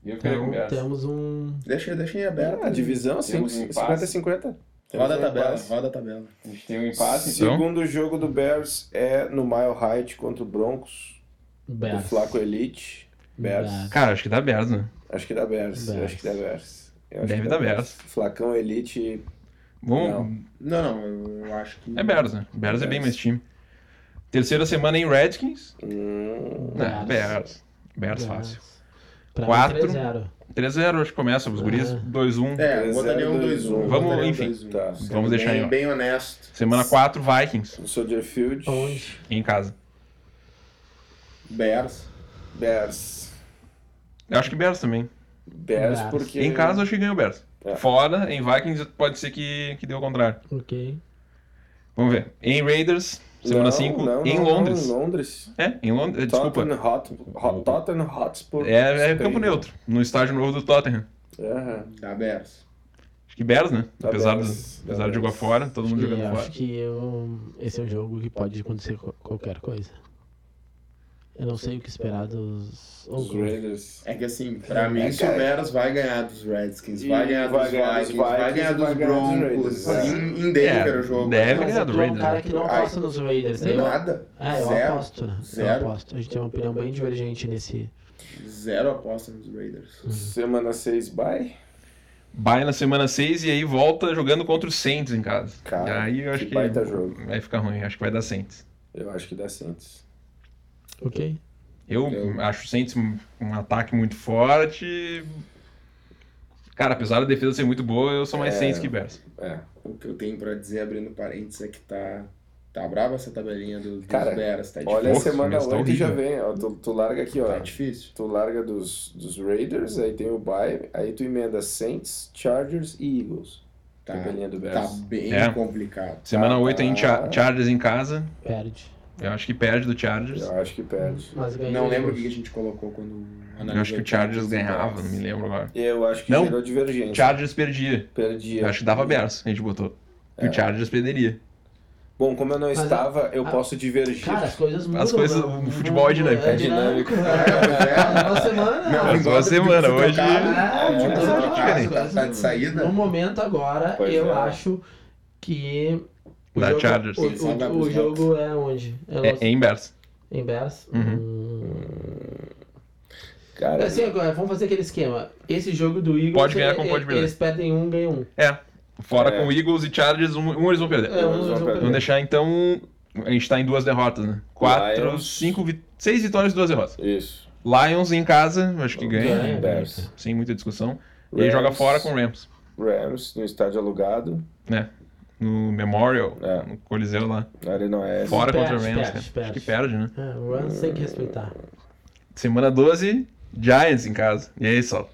Speaker 1: E eu queria
Speaker 2: Então
Speaker 1: comer.
Speaker 2: temos um.
Speaker 3: Deixa, deixa em aberto.
Speaker 4: Ah, divisão, sim,
Speaker 1: Temos um empate.
Speaker 4: 50-50.
Speaker 3: Roda a
Speaker 4: Temos um
Speaker 3: tabela,
Speaker 4: empate.
Speaker 3: roda a tabela.
Speaker 1: A gente tem um empate, então.
Speaker 4: Segundo jogo do Bears é no Mile Height contra o Broncos, do
Speaker 2: Bears.
Speaker 4: Flaco Elite. Bears.
Speaker 2: Bears.
Speaker 1: Cara, acho que dá Bears, né?
Speaker 4: Acho que dá Bears.
Speaker 2: Bears.
Speaker 4: Acho que dá Bears. Eu acho
Speaker 1: Deve
Speaker 4: que
Speaker 1: dar Bears.
Speaker 4: Flacão Elite.
Speaker 1: Vamos.
Speaker 3: Não, não, eu- eu acho que.
Speaker 1: É Bears, né? Bears é bem
Speaker 4: Bears.
Speaker 1: mais time. Terceira semana em Redskins.
Speaker 4: Hum,
Speaker 1: Bears. Bears. Bears
Speaker 2: Bears.
Speaker 1: fácil.
Speaker 2: Pra
Speaker 1: Quatro.
Speaker 2: mim, 3-0.
Speaker 1: 3-0, acho que começa os guris.
Speaker 2: É.
Speaker 1: 2-1.
Speaker 3: É, eu
Speaker 4: 3-0,
Speaker 3: botaria um 2-1.
Speaker 4: 2-1.
Speaker 1: Vamos,
Speaker 3: botaria um
Speaker 1: enfim.
Speaker 3: 2-1.
Speaker 4: Tá.
Speaker 3: Sendo
Speaker 1: Vamos deixar
Speaker 3: bem,
Speaker 1: aí, ó.
Speaker 3: bem honesto.
Speaker 1: Semana 4, Vikings.
Speaker 4: no Soldier Field.
Speaker 2: Onde?
Speaker 1: Em casa.
Speaker 3: Bears.
Speaker 4: Bears.
Speaker 1: Eu acho que Bears também.
Speaker 4: Bears,
Speaker 2: Bears.
Speaker 4: porque.
Speaker 1: Em casa, acho que ganha o Bears.
Speaker 4: É.
Speaker 1: Fora, em Vikings, pode ser que, que dê o contrário.
Speaker 2: Ok.
Speaker 1: Vamos ver. Em Raiders, semana
Speaker 4: Não,
Speaker 1: 5.
Speaker 4: não,
Speaker 1: Em
Speaker 4: não,
Speaker 1: Londres.
Speaker 4: Não, em Londres.
Speaker 1: É, em Londres. Desculpa.
Speaker 4: Tottenham, Hot, Hot, Tottenham Hotspur.
Speaker 1: É, é
Speaker 4: Spain.
Speaker 1: campo neutro. No estádio novo do Tottenham.
Speaker 4: É.
Speaker 3: Dá tá, Bears.
Speaker 1: Acho que Bears, né?
Speaker 4: Dá
Speaker 1: apesar
Speaker 4: Tá Bears,
Speaker 1: dos-
Speaker 4: dá
Speaker 1: apesar de
Speaker 4: Bears.
Speaker 1: jogar fora, todo mundo
Speaker 2: E
Speaker 1: jogando
Speaker 2: eu
Speaker 1: fora.
Speaker 2: acho que eu- esse é um jogo que pode acontecer co- qualquer coisa. Eu não sei o que esperar dos.
Speaker 4: Os Raiders.
Speaker 3: É que assim, pra mim,
Speaker 4: É,
Speaker 3: se o
Speaker 4: cara.
Speaker 3: Bears vai ganhar dos Redskins,
Speaker 4: E
Speaker 3: vai ganhar
Speaker 4: vai
Speaker 3: dos
Speaker 4: ganhar dos
Speaker 3: Vikings, vai
Speaker 4: Vikings,
Speaker 3: ganhar dos
Speaker 4: vai ganhar dos
Speaker 3: Broncos.
Speaker 4: Raiders, é.
Speaker 3: Em em Denver o jogo.
Speaker 1: deve
Speaker 2: Mas
Speaker 1: ganhar do
Speaker 2: tu é um
Speaker 1: Raiders.
Speaker 2: cara
Speaker 1: né?
Speaker 2: que não
Speaker 3: Ai.
Speaker 2: aposta nos Raiders.
Speaker 3: Não
Speaker 2: Eu,
Speaker 3: Nada.
Speaker 2: é, eu
Speaker 3: Zero.
Speaker 2: aposto, né?
Speaker 3: Zero.
Speaker 2: Eu aposto. A gente tem uma opinião bem divergente nesse.
Speaker 3: Zero aposta nos Raiders.
Speaker 4: Semana 6, bye.
Speaker 1: Vai na semana 6 e aí volta jogando contra os Saints em casa.
Speaker 4: Cara,
Speaker 1: e aí eu acho
Speaker 4: que
Speaker 1: que,
Speaker 4: baita jogo.
Speaker 1: vai ficar ruim. Acho que vai dar Saints.
Speaker 4: Eu acho que dá Saints.
Speaker 2: Ok.
Speaker 1: Eu
Speaker 3: Eu-
Speaker 1: acho o Saints um, um ataque muito forte. Cara, apesar da defesa ser muito boa, eu sou mais
Speaker 4: É.
Speaker 1: Saints que Bears.
Speaker 4: É.
Speaker 3: O que eu tenho pra dizer, abrindo parênteses, é que tá, tá brava essa tabelinha do, dos
Speaker 4: Cara,
Speaker 3: Bears. Tá
Speaker 4: Olha a
Speaker 1: Nossa,
Speaker 3: difícil.
Speaker 4: semana
Speaker 1: mas tá
Speaker 4: 8 já
Speaker 1: horrível.
Speaker 4: vem. Ó, tu, tu larga aqui, ó.
Speaker 3: Tá difícil.
Speaker 4: Tu larga dos, dos Raiders, aí tem o bye, aí tu emenda Saints, Chargers e Eagles.
Speaker 3: Tá,
Speaker 4: Tabelinha do
Speaker 3: tá
Speaker 4: Bears.
Speaker 3: bem
Speaker 1: É.
Speaker 3: complicado.
Speaker 1: Semana
Speaker 4: Tá,
Speaker 1: 8 em Cha-
Speaker 4: tá.
Speaker 1: Chargers em casa.
Speaker 2: Perde.
Speaker 1: Eu acho que perde do Chargers.
Speaker 4: Eu acho que perde.
Speaker 2: Mas ganhou.
Speaker 3: Não lembro o que a gente colocou quando analisou.
Speaker 1: Eu acho que o Chargers
Speaker 3: e
Speaker 1: ganhava,
Speaker 3: Bears.
Speaker 1: não me lembro agora.
Speaker 4: Eu acho que
Speaker 1: Não.
Speaker 4: gerou divergência.
Speaker 1: O Chargers perdia.
Speaker 4: Perdia.
Speaker 1: Eu acho que dava Bears, a gente botou. E
Speaker 4: É.
Speaker 1: o Chargers perderia.
Speaker 4: Bom, como eu não
Speaker 2: Mas
Speaker 4: estava, eu
Speaker 2: a-
Speaker 4: posso divergir.
Speaker 2: Cara, as coisas mudam.
Speaker 1: coisas-
Speaker 2: né?
Speaker 1: o futebol é dinâmico.
Speaker 2: É dinâmico. É uma semana.
Speaker 1: Mas
Speaker 3: mas
Speaker 1: uma
Speaker 3: olha,
Speaker 1: semana,
Speaker 3: tem que
Speaker 1: hoje-
Speaker 3: trocar, né?
Speaker 2: Ah,
Speaker 3: É,
Speaker 2: tipo,
Speaker 3: tem que
Speaker 2: tá-
Speaker 3: trocar,
Speaker 2: diferente.
Speaker 3: tá- Tá de saída?
Speaker 2: No momento agora,
Speaker 4: Pois
Speaker 2: eu
Speaker 4: é.
Speaker 2: acho que. o
Speaker 1: Da
Speaker 2: jogo-
Speaker 1: Chargers.
Speaker 2: O, o- o jogo é onde? É Los-
Speaker 1: É, é em Bears.
Speaker 2: Em Bears?
Speaker 1: Uhum.
Speaker 2: Hum.
Speaker 4: Cara,
Speaker 2: Assim, agora, vamos fazer aquele esquema. Esse jogo do Eagles.
Speaker 1: Pode ganhar como
Speaker 2: e-
Speaker 1: pode
Speaker 2: e-
Speaker 1: perder.
Speaker 2: Eles perdem um, ganham um.
Speaker 1: É. Fora
Speaker 4: É.
Speaker 1: com Eagles e Chargers, um, um eles vão perder.
Speaker 2: É, um, eles vão
Speaker 4: vão
Speaker 2: perder.
Speaker 1: Vamos deixar então. A gente tá em duas derrotas, né? Quatro,
Speaker 4: Lions.
Speaker 1: cinco, vi- seis vitórias e duas derrotas.
Speaker 4: isso.
Speaker 1: Lions em casa, acho que ganha,
Speaker 2: Ganha,
Speaker 1: né?
Speaker 4: Bears.
Speaker 1: sem muita discussão. E aí
Speaker 4: Rams.
Speaker 1: joga fora com o Rams,
Speaker 4: Rams no estádio alugado,
Speaker 1: né? No Memorial,
Speaker 4: É.
Speaker 1: no Coliseu lá.
Speaker 4: na Arena Oeste.
Speaker 1: Fora
Speaker 2: Perde,
Speaker 1: contra o Rams,
Speaker 2: perde,
Speaker 1: cara. Acho
Speaker 2: perde.
Speaker 1: que perde, né?
Speaker 2: É, o Rams tem que respeitar.
Speaker 1: Semana 12, Giants em casa. E aí, só?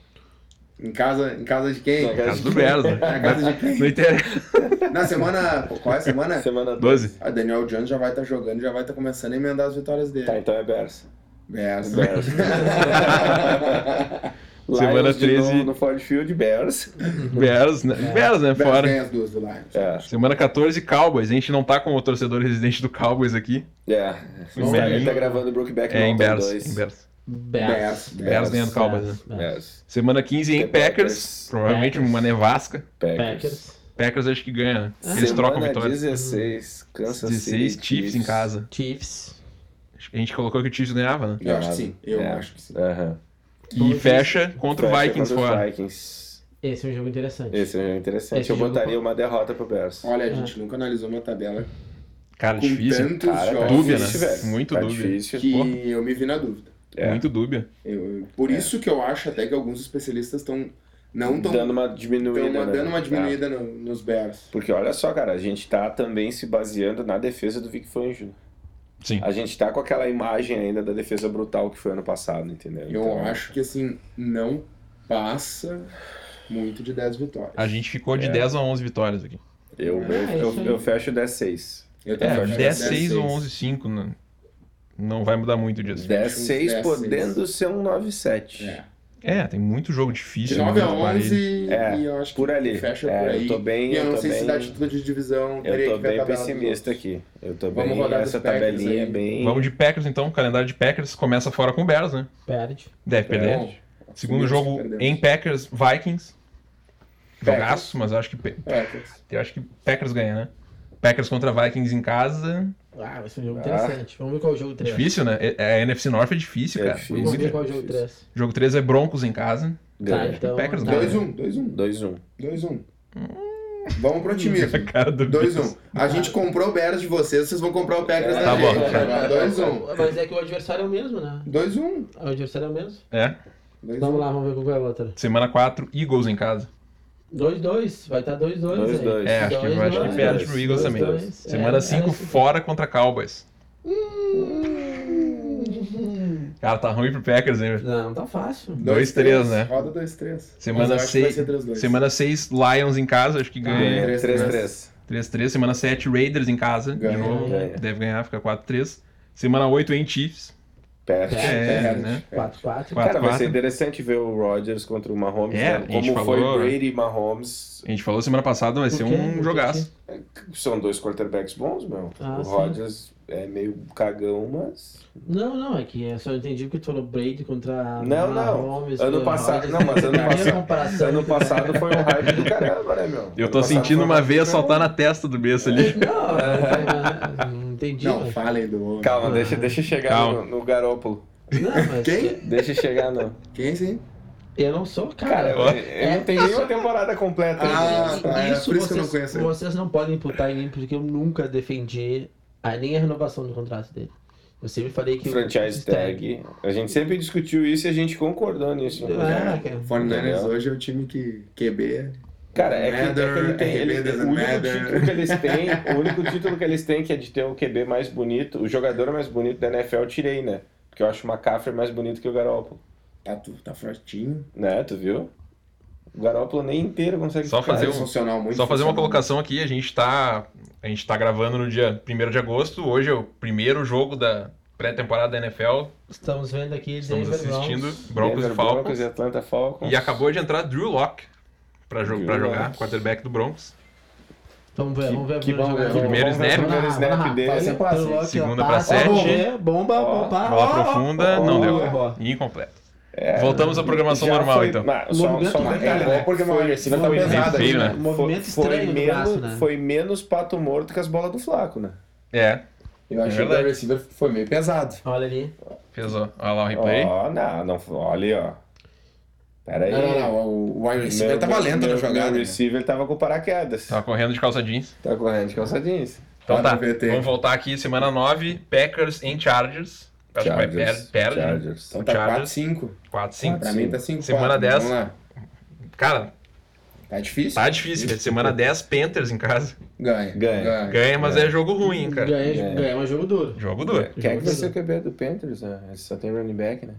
Speaker 3: Em casa, em casa de quem?
Speaker 4: Não,
Speaker 1: Na casa do Bears, né?
Speaker 3: Na casa de quem?
Speaker 1: No interesse.
Speaker 3: Na semana. Qual é a
Speaker 1: né?
Speaker 3: semana?
Speaker 4: Semana
Speaker 1: 12.
Speaker 3: A Daniel Jones já vai estar jogando, já vai estar começando a emendar as vitórias dele.
Speaker 4: Tá, então é Bears.
Speaker 3: Bears.
Speaker 4: Bears.
Speaker 1: Semana
Speaker 4: Lions de
Speaker 1: 13.
Speaker 4: novo No Ford Field, Bears.
Speaker 1: Bears, né?
Speaker 2: É.
Speaker 1: Bears, né?
Speaker 3: Bears
Speaker 1: Fora.
Speaker 3: ganha as duas do Lions.
Speaker 4: É,
Speaker 1: Semana 14, Cowboys. A gente não tá com o torcedor residente do Cowboys aqui.
Speaker 4: é.
Speaker 1: Em
Speaker 4: O Stalin
Speaker 1: Bears.
Speaker 4: tá gravando o Brookback
Speaker 1: É em
Speaker 4: Mountain
Speaker 1: Bears.
Speaker 4: 2.
Speaker 1: Em Bears.
Speaker 2: Bears.
Speaker 3: Bears.
Speaker 1: Bears ganhando Cowboys, né?
Speaker 3: Tá.
Speaker 4: Bears.
Speaker 1: Semana 15 em
Speaker 4: The
Speaker 1: Packers.
Speaker 4: Packers.
Speaker 1: Provavelmente uma nevasca.
Speaker 4: Packers.
Speaker 2: Packers.
Speaker 1: Packers acho que ganha. né? Eles
Speaker 4: Ah, Semana
Speaker 1: trocam vitórias.
Speaker 4: 16, Kansas
Speaker 1: 16
Speaker 4: City
Speaker 1: Chiefs em casa.
Speaker 2: Chiefs.
Speaker 1: Acho que A gente colocou que o Chiefs ganhava, né?
Speaker 3: Eu acho que sim.
Speaker 4: É.
Speaker 3: Eu acho que sim.
Speaker 4: Aham.
Speaker 1: E
Speaker 2: Dois.
Speaker 1: fecha contra o
Speaker 4: Fecha
Speaker 1: Vikings
Speaker 4: contra os
Speaker 1: fora.
Speaker 4: Vikings.
Speaker 2: Esse é um jogo interessante.
Speaker 4: Esse é interessante.
Speaker 2: Esse
Speaker 4: Eu
Speaker 2: jogo-
Speaker 4: botaria uma derrota pro Bears.
Speaker 3: Olha, a gente nunca analisou uma tabela
Speaker 1: Cara,
Speaker 3: com
Speaker 1: É difícil.
Speaker 3: tantos
Speaker 4: Cara, tá
Speaker 3: jogos
Speaker 1: Dúvia,
Speaker 4: difícil,
Speaker 1: né?
Speaker 4: velho.
Speaker 1: Muito
Speaker 4: tá
Speaker 1: dúvia.
Speaker 4: difícil.
Speaker 3: que
Speaker 1: Pô.
Speaker 3: eu me vi na dúvida.
Speaker 4: É.
Speaker 1: Muito dúbia.
Speaker 3: Eu- eu- por isso que eu acho até que alguns especialistas estão não tão,
Speaker 4: Dando uma diminuída.
Speaker 3: tão
Speaker 4: né?
Speaker 3: dando um uma
Speaker 4: Tá.
Speaker 3: diminuída no- nos Bears.
Speaker 4: Porque olha só, cara, a gente tá também se baseando na defesa do Vic Fangio.
Speaker 1: Sim.
Speaker 4: A gente tá com aquela imagem ainda da defesa brutal que foi ano passado, entendeu?
Speaker 3: Eu
Speaker 4: Então,
Speaker 3: acho que assim, não passa muito de 10 vitórias.
Speaker 1: A gente ficou de 10 a 11 vitórias aqui.
Speaker 4: Eu,
Speaker 1: Ah,
Speaker 4: eu,
Speaker 2: É,
Speaker 4: eu,
Speaker 2: isso aí.
Speaker 4: eu fecho 10-6.
Speaker 3: Eu também
Speaker 1: É,
Speaker 3: acho que
Speaker 1: 10,
Speaker 3: 10-6.
Speaker 1: 6 ou 11, 5. Não, não vai mudar muito disso.
Speaker 4: 10-6
Speaker 3: 10-6.
Speaker 4: podendo ser um 9-7.
Speaker 3: É.
Speaker 1: É, tem muito jogo
Speaker 3: De
Speaker 1: difícil.
Speaker 3: 9 a
Speaker 1: muito parelho.
Speaker 3: 11,
Speaker 4: É,
Speaker 3: e eu acho que
Speaker 4: por ali.
Speaker 3: fecha
Speaker 4: É,
Speaker 3: por
Speaker 4: eu
Speaker 3: aí.
Speaker 4: tô bem-
Speaker 3: e eu
Speaker 4: eu
Speaker 3: não
Speaker 4: tô
Speaker 3: sei se
Speaker 4: bem-
Speaker 3: dá título de divisão.
Speaker 4: Eu
Speaker 3: teria
Speaker 4: tô
Speaker 3: que ver a
Speaker 4: bem
Speaker 3: tabela dos
Speaker 4: pessimista
Speaker 3: outros.
Speaker 4: aqui. Eu tô
Speaker 3: Vamos
Speaker 4: bem.
Speaker 3: rodar dos
Speaker 4: Essa
Speaker 3: Packers
Speaker 4: tabelinha é
Speaker 3: aí.
Speaker 4: bem.
Speaker 1: Vamos de Packers então. O calendário de Packers começa fora com o Bears, né?
Speaker 2: Perde.
Speaker 1: Deve perder.
Speaker 3: Bom,
Speaker 1: Segundo
Speaker 5: Bills,
Speaker 1: jogo
Speaker 5: perdemos.
Speaker 1: em Packers, Vikings. Jogaço, mas eu acho que Pe-
Speaker 3: É, tá
Speaker 5: Packers.
Speaker 1: eu acho que Packers ganha, né? Packers contra Vikings em casa.
Speaker 2: Ah, vai ser um jogo interessante. Vamos ver qual é o jogo 3.
Speaker 1: Difícil, né? É- é- A NFC North é difícil,
Speaker 4: É
Speaker 1: cara.
Speaker 4: difícil.
Speaker 2: Vamos
Speaker 1: Muito
Speaker 2: ver qual é o
Speaker 4: difícil.
Speaker 2: jogo 3.
Speaker 1: Jogo 3 é Broncos em casa.
Speaker 2: Tá,
Speaker 4: Ganha.
Speaker 2: então.
Speaker 1: Packers um.
Speaker 2: tá.
Speaker 1: ganha.
Speaker 3: 2-1, 2-1,
Speaker 4: 2-1.
Speaker 3: 2-1. Vamos pro otimismo.
Speaker 1: Cara do
Speaker 3: 2-1. A gente comprou o Bears de vocês, vocês vão comprar o Packers da
Speaker 1: Tá bom,
Speaker 3: gente.
Speaker 1: cara.
Speaker 3: Agora, 2-1.
Speaker 2: Mas é que o adversário é o mesmo, né?
Speaker 3: 2-1.
Speaker 2: O adversário é o mesmo.
Speaker 1: É.
Speaker 3: 2-1.
Speaker 2: Vamos lá, vamos ver qual é a outra.
Speaker 1: Semana 4, Eagles em casa.
Speaker 2: 2-2, vai tá estar 2-2.
Speaker 4: 2-2.
Speaker 1: É, acho que,
Speaker 2: Dois,
Speaker 1: acho que
Speaker 2: dois,
Speaker 1: perde
Speaker 4: dois,
Speaker 1: pro Eagles
Speaker 4: dois,
Speaker 1: também.
Speaker 2: dois.
Speaker 1: Semana
Speaker 2: É,
Speaker 1: 5,
Speaker 2: é.
Speaker 1: fora contra Cowboys. Cara, tá ruim pro Packers, hein? velho?
Speaker 2: Não, não tá fácil.
Speaker 1: 2-3, né?
Speaker 5: Roda 2-3. Mas eu
Speaker 1: Semana
Speaker 5: acho que vai
Speaker 1: 6,
Speaker 5: ser 3-2.
Speaker 1: semana 6, Lions em casa, acho que é ganha.
Speaker 4: Ganha.
Speaker 3: Três,
Speaker 4: 3-3.
Speaker 1: 3-3. Semana 7, Raiders em casa,
Speaker 5: Ganha,
Speaker 1: de novo.
Speaker 4: ganha.
Speaker 1: Deve ganhar, fica 4-3. Semana 8, em Chiefs.
Speaker 4: Perde.
Speaker 1: É, né?
Speaker 2: 4-4.
Speaker 4: Cara, vai
Speaker 1: 4-4.
Speaker 4: ser interessante ver o Rodgers contra o Mahomes.
Speaker 1: É,
Speaker 4: né?
Speaker 1: a gente
Speaker 4: Como foi
Speaker 1: falou-
Speaker 4: Brady e Mahomes.
Speaker 1: A gente falou semana passada, vai ser
Speaker 2: Por quê?
Speaker 1: um
Speaker 2: Por
Speaker 1: jogaço.
Speaker 4: São dois quarterbacks bons, meu.
Speaker 2: Ah,
Speaker 4: o
Speaker 2: sim.
Speaker 4: Rodgers é meio cagão, mas.
Speaker 2: Não, não, é que eu só entendi o que tu falou Brady contra
Speaker 4: Não, não.
Speaker 2: Mahomes,
Speaker 4: Ano
Speaker 2: contra
Speaker 4: passado.
Speaker 2: Rodgers.
Speaker 4: Não, mas ano
Speaker 2: A minha
Speaker 4: passado.
Speaker 2: comparação né?
Speaker 4: Ano
Speaker 2: que tu
Speaker 4: passado foi um hype do caramba, né, meu?
Speaker 1: Eu
Speaker 4: Ano
Speaker 1: tô
Speaker 4: passado
Speaker 1: sentindo
Speaker 4: foi um
Speaker 1: uma
Speaker 4: hype
Speaker 1: veia
Speaker 4: do caramba.
Speaker 1: saltar na testa do besta ali.
Speaker 2: Não, é, não entendi.
Speaker 3: Não,
Speaker 2: mas-
Speaker 3: falem do homem.
Speaker 4: Calma, deixa, deixa eu chegar
Speaker 1: Calma.
Speaker 4: No, no Garópolo.
Speaker 2: Não, mas
Speaker 3: Quem?
Speaker 4: Deixa eu chegar no.
Speaker 3: Quem é esse aí?
Speaker 2: eu não sou, cara.
Speaker 4: Cara, eu, eu não tenho nenhuma temporada completa.
Speaker 3: Ah,
Speaker 4: ainda.
Speaker 3: tá, é por isso que eu não
Speaker 2: vocês,
Speaker 3: conheço ele.
Speaker 2: Vocês não podem imputar em mim, porque eu nunca defendi a, nem a renovação do contrato dele. Eu sempre falei que... o-
Speaker 4: Franchise tag. A gente sempre discutiu isso e a gente concordou nisso.
Speaker 2: É, cara.
Speaker 3: 49ers hoje é o time que QB.
Speaker 4: Cara, é que, é que ele tem,
Speaker 3: Matter,
Speaker 4: ele-
Speaker 3: RB doesn't
Speaker 4: o único
Speaker 3: matter.
Speaker 4: título que eles têm, o único título que eles têm que é de ter o QB mais bonito, o jogador mais bonito da NFL eu tirei, né? Porque eu acho o McCaffrey mais bonito que o Garoppolo,
Speaker 3: Tá, tu- tá fratinho.
Speaker 4: né? Tu viu? O Garoppolo nem inteiro consegue
Speaker 1: Só
Speaker 4: ficar.
Speaker 1: fazer
Speaker 3: Fazer
Speaker 1: um-
Speaker 3: funcional muito.
Speaker 1: Só fazer uma
Speaker 3: funcional.
Speaker 1: colocação aqui, a gente tá, a gente tá gravando no dia 1 de agosto, hoje é o primeiro jogo da pré-temporada da NFL,
Speaker 2: Estamos vendo aqui
Speaker 1: estamos
Speaker 2: Denver Browns.
Speaker 1: assistindo Broncos
Speaker 4: Denver
Speaker 1: e Falcons,
Speaker 4: Broncos e Atlanta Falcons.
Speaker 1: e acabou de entrar Drew Lock pra, jo
Speaker 4: Drew
Speaker 1: pra
Speaker 4: Lock.
Speaker 1: jogar, quarterback do Broncos.
Speaker 2: Vamos ver, vamos ver.
Speaker 4: que
Speaker 2: vamos
Speaker 4: bom,
Speaker 2: ver.
Speaker 4: né?
Speaker 1: Primeiro
Speaker 4: Vamos ver
Speaker 1: snap.
Speaker 4: o primeiro
Speaker 2: Vamos lá,
Speaker 4: snap
Speaker 2: vamos lá.
Speaker 4: dele.
Speaker 2: Passe, passe.
Speaker 3: Passe.
Speaker 1: Segunda
Speaker 2: Ó, tá,
Speaker 1: pra sete.
Speaker 2: bomba, Bomba,
Speaker 4: Ó,
Speaker 2: bomba.
Speaker 1: Bola
Speaker 2: ó,
Speaker 1: profunda,
Speaker 4: ó,
Speaker 1: não
Speaker 4: ó,
Speaker 2: ó.
Speaker 1: deu. Incompleto. Voltamos à programação
Speaker 4: É, Já
Speaker 1: normal,
Speaker 4: foi-
Speaker 1: então.
Speaker 4: Mas, só, só um
Speaker 3: Mas
Speaker 4: detalhe,
Speaker 3: é
Speaker 4: né?
Speaker 3: bom porque uma
Speaker 4: foi,
Speaker 3: agressiva
Speaker 4: foi
Speaker 3: tá
Speaker 1: bem
Speaker 4: menos-
Speaker 1: feio, né?
Speaker 4: foi-
Speaker 2: Movimento
Speaker 4: foi
Speaker 2: estranho no
Speaker 4: menos,
Speaker 2: braço, né?
Speaker 4: foi menos pato morto que as bolas do Flaco, né?
Speaker 1: É,
Speaker 3: Eu achei que o
Speaker 1: verdade.
Speaker 3: wide receiver foi meio pesado.
Speaker 2: Olha ali.
Speaker 1: pesou. Olha lá o replay.
Speaker 4: Ó, não, não, olha aí, ó. Pera aí.
Speaker 3: Não, não, não. O wide receiver
Speaker 4: É. Meu-
Speaker 3: tava lento
Speaker 4: meu-
Speaker 3: na jogada.
Speaker 4: Meu
Speaker 3: né?
Speaker 4: receiver tava com paraquedas.
Speaker 1: Tava correndo de calça jeans.
Speaker 4: Tá correndo de calça jeans.
Speaker 1: Então
Speaker 3: Tá
Speaker 1: tá,
Speaker 3: no VT.
Speaker 1: vamos voltar aqui, semana 9, Packers em Chargers. Acho que vai per-
Speaker 4: Chargers,
Speaker 1: Tá, perde, né?
Speaker 4: Chargers.
Speaker 3: Então tá
Speaker 1: Chargers.
Speaker 3: 4-5.
Speaker 1: 4, 5.
Speaker 3: Pra mim tá 5
Speaker 1: Semana 10.
Speaker 3: Vamos lá.
Speaker 1: Cara,
Speaker 3: Tá difícil.
Speaker 1: tá difícil. né? Semana 10, Panthers em casa.
Speaker 3: Ganha.
Speaker 4: Ganha.
Speaker 1: Ganha, mas é jogo ruim, hein, cara.
Speaker 2: Ganha,
Speaker 4: É.
Speaker 2: ganha. um jogo duro.
Speaker 1: Jogo duro.
Speaker 4: Quem é
Speaker 3: Tá
Speaker 4: que vai ser o QB do Panthers? Né? Ele só tem running back, né?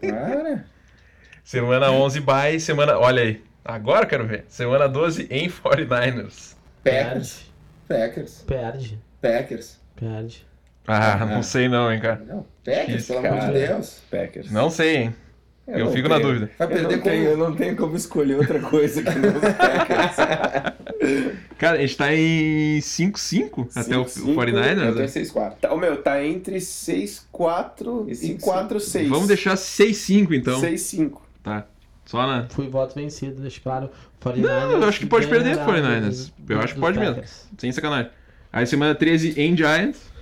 Speaker 3: Cara.
Speaker 1: Semana 11, bye. Semana... Olha aí. Agora eu quero ver. Semana 12, em 49ers.
Speaker 3: Packers. Packers.
Speaker 2: Perde.
Speaker 3: Packers.
Speaker 2: Perde.
Speaker 1: Ah,
Speaker 3: não
Speaker 1: não sei não, hein, cara.
Speaker 3: Não, Packers,
Speaker 1: Difícil,
Speaker 3: pelo amor de
Speaker 4: cara.
Speaker 3: Deus.
Speaker 4: Packers.
Speaker 1: Não sei, hein. Eu,
Speaker 4: não
Speaker 1: fico na
Speaker 4: tenho-
Speaker 1: dúvida.
Speaker 3: Vai
Speaker 4: Eu
Speaker 3: perder
Speaker 4: não, tenho, eu
Speaker 3: com...
Speaker 4: não tenho como escolher outra coisa que não é os Packers.
Speaker 1: Cara, a gente tá em 5-5 até o
Speaker 4: 5-5,
Speaker 1: 49ers.
Speaker 3: Eu
Speaker 1: né?
Speaker 3: tenho 6-4.
Speaker 4: Tá, o meu, tá entre 6-4
Speaker 3: E
Speaker 4: e
Speaker 3: cinco,
Speaker 4: 4-6.
Speaker 1: Vamos deixar 6-5, então.
Speaker 4: 6-5.
Speaker 1: Tá. Só na...
Speaker 2: Fui voto vencido, deixa claro.
Speaker 1: Não, eu acho que pode perder pro 49ers. Eu acho que pode mesmo. Sem sacanagem. Aí semana 13 em Giants.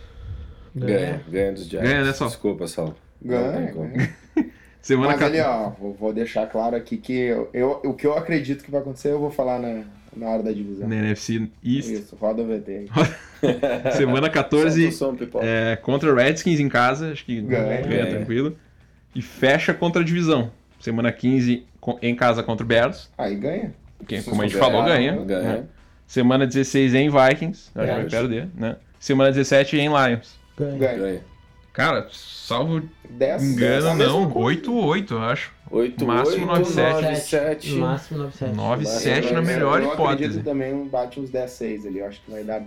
Speaker 1: É.
Speaker 4: Ganha, ganha dos Giants.
Speaker 1: Ganha, né, Sal?
Speaker 4: Desculpa, Sal.
Speaker 3: Ganha.
Speaker 4: Não tem como.
Speaker 1: Semana
Speaker 3: Mas
Speaker 1: 14.
Speaker 3: ali, ó, vou vou deixar claro aqui que eu, eu- o que eu acredito que vai acontecer, eu vou falar na, na hora da divisão.
Speaker 1: Na NFC East.
Speaker 3: Isso, roda o VT. aí.
Speaker 1: Semana
Speaker 4: Solta o
Speaker 1: 14
Speaker 4: som, pipoca.
Speaker 1: é, contra Redskins em casa. Acho que
Speaker 3: Ganha.
Speaker 1: ganha,
Speaker 4: Ganha.
Speaker 1: tranquilo. E fecha contra a divisão. Semana 15 co- em casa contra o Bears.
Speaker 3: Aí ganha.
Speaker 1: que,
Speaker 3: Vocês
Speaker 1: como a gente
Speaker 4: souberam,
Speaker 1: falou, ganha.
Speaker 3: né?
Speaker 4: Ganha.
Speaker 1: Semana 16 em Vikings. Acho que vai
Speaker 4: Bears.
Speaker 1: perder, né? Semana 17 em Lions.
Speaker 2: Ganha.
Speaker 3: Ganha.
Speaker 4: Ganha.
Speaker 1: Cara, salvo É
Speaker 3: 10.
Speaker 1: engano, não. 8-8, eu acho.
Speaker 4: 8,
Speaker 1: É. Máximo
Speaker 4: 8,
Speaker 1: 9-7.
Speaker 4: 9-7.
Speaker 2: No máximo 9-7.
Speaker 1: 9-7 na
Speaker 4: Mas-
Speaker 1: melhor
Speaker 3: eu
Speaker 1: hipótese.
Speaker 3: acredito também um bate uns 10-6 ali. Eu acho que vai dar.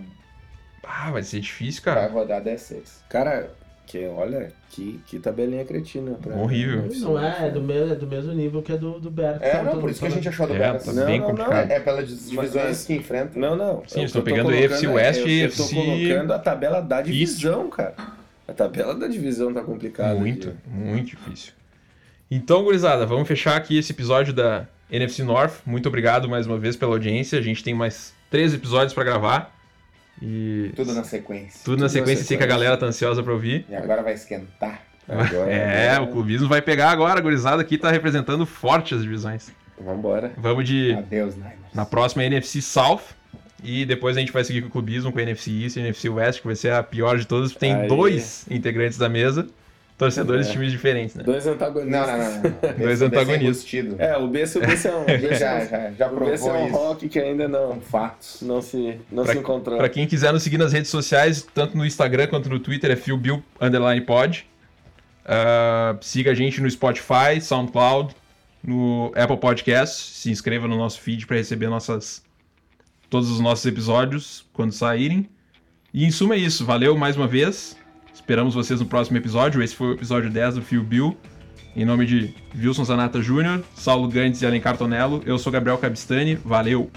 Speaker 1: Ah, vai ser difícil,
Speaker 3: Vai
Speaker 1: cara.
Speaker 3: rodar 10-6.
Speaker 4: Cara, que, olha, que, que tabelinha cretina. Pra...
Speaker 1: Horrível.
Speaker 2: Não é, é do, mesmo, é do mesmo nível que é do, do Berto.
Speaker 3: É, não, por isso que a gente achou do
Speaker 1: É,
Speaker 3: Bears.
Speaker 1: tá
Speaker 4: Não,
Speaker 1: bem
Speaker 4: não, não,
Speaker 1: complicado.
Speaker 3: É pelas divisões que enfrentam.
Speaker 4: Não, não.
Speaker 1: Sim,
Speaker 4: Eu
Speaker 1: eles tão
Speaker 4: tô
Speaker 1: pegando
Speaker 4: colocando-
Speaker 1: AFC West
Speaker 4: eu,
Speaker 1: e
Speaker 4: eu tô
Speaker 1: AFC
Speaker 4: colocando a tabela da divisão, cara. A tabela da divisão tá complicada.
Speaker 1: Muito,
Speaker 4: aqui.
Speaker 1: muito difícil. Então, gurizada, vamos fechar aqui esse episódio da NFC North. Muito obrigado mais uma vez pela audiência. A gente tem mais três episódios pra gravar. E
Speaker 3: Tudo na sequência.
Speaker 1: tudo na sequência, sei que a galera tá ansiosa pra ouvir.
Speaker 3: E agora vai esquentar.
Speaker 4: Agora,
Speaker 1: É, o clubismo vai pegar agora, a gurizada aqui tá representando forte as divisões.
Speaker 4: Vambora.
Speaker 1: Vamos de
Speaker 3: Adeus, Niners.
Speaker 1: na próxima NFC South e depois a gente vai seguir com o clubismo com a NFC East e a NFC West, que vai ser a pior de todas, porque tem
Speaker 4: Aí.
Speaker 1: dois integrantes da mesa, torcedores de times diferentes, né?
Speaker 4: Dois
Speaker 3: Não,
Speaker 4: antagonistas.
Speaker 3: não, não. é um não.
Speaker 1: Dois
Speaker 3: Desse-
Speaker 1: antagonistas.
Speaker 3: desse embustido.
Speaker 4: É, o Bessa, o Bessa é um. o Bessa
Speaker 3: Já,
Speaker 4: é um-
Speaker 3: já, já
Speaker 4: o Bessa
Speaker 3: provou
Speaker 4: é um
Speaker 3: isso.
Speaker 4: rock que ainda não,
Speaker 3: Com fatos.
Speaker 4: não se, não
Speaker 1: Pra-
Speaker 4: se encontrou.
Speaker 1: Pra quem quiser nos seguir nas redes sociais, tanto no Instagram quanto no Twitter, é philbill_pod. Ah, siga a gente no Spotify, SoundCloud, no Apple Podcasts. Se inscreva no nosso feed para receber nossas todos os nossos episódios quando saírem. E em suma é isso. Valeu mais uma vez. Esperamos vocês no próximo episódio. Esse foi o episódio 10 do Phil Bill. Em nome de Wilson Zanata Jr., Saulo Gantes e Alencar Tonello, eu sou Gabriel Cabistani. Valeu!